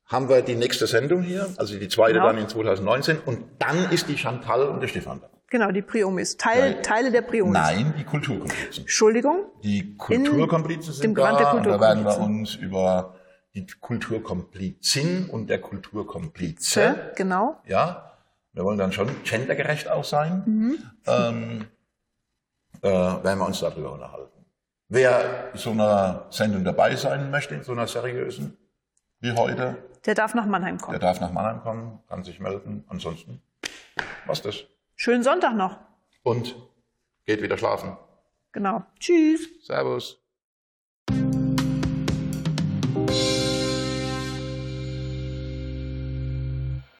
haben wir die nächste Sendung hier, also die zweite
Genau.
dann in 2019 und dann ist die Chantal und der Stefan da.
Genau, die Priomis. Teil,
Nein.
Teile der Priomis.
Nein, die Kulturkomplizen.
Entschuldigung.
Die Kulturkomplizen sind
dem Brand
da
der
und da werden wir
Kulturkomplizen.
uns über die Kulturkomplizin und der Kulturkomplize
Tja, Genau.
ja, wir wollen dann schon gendergerecht auch sein, ähm, äh, werden wir uns darüber unterhalten. Wer so einer Sendung dabei sein möchte, in so einer seriösen wie heute,
Der darf nach Mannheim
der
kommen.
darf nach Mannheim kommen, kann sich melden. Ansonsten, was das?
Schönen Sonntag noch.
Und geht wieder schlafen.
Genau. Tschüss.
Servus.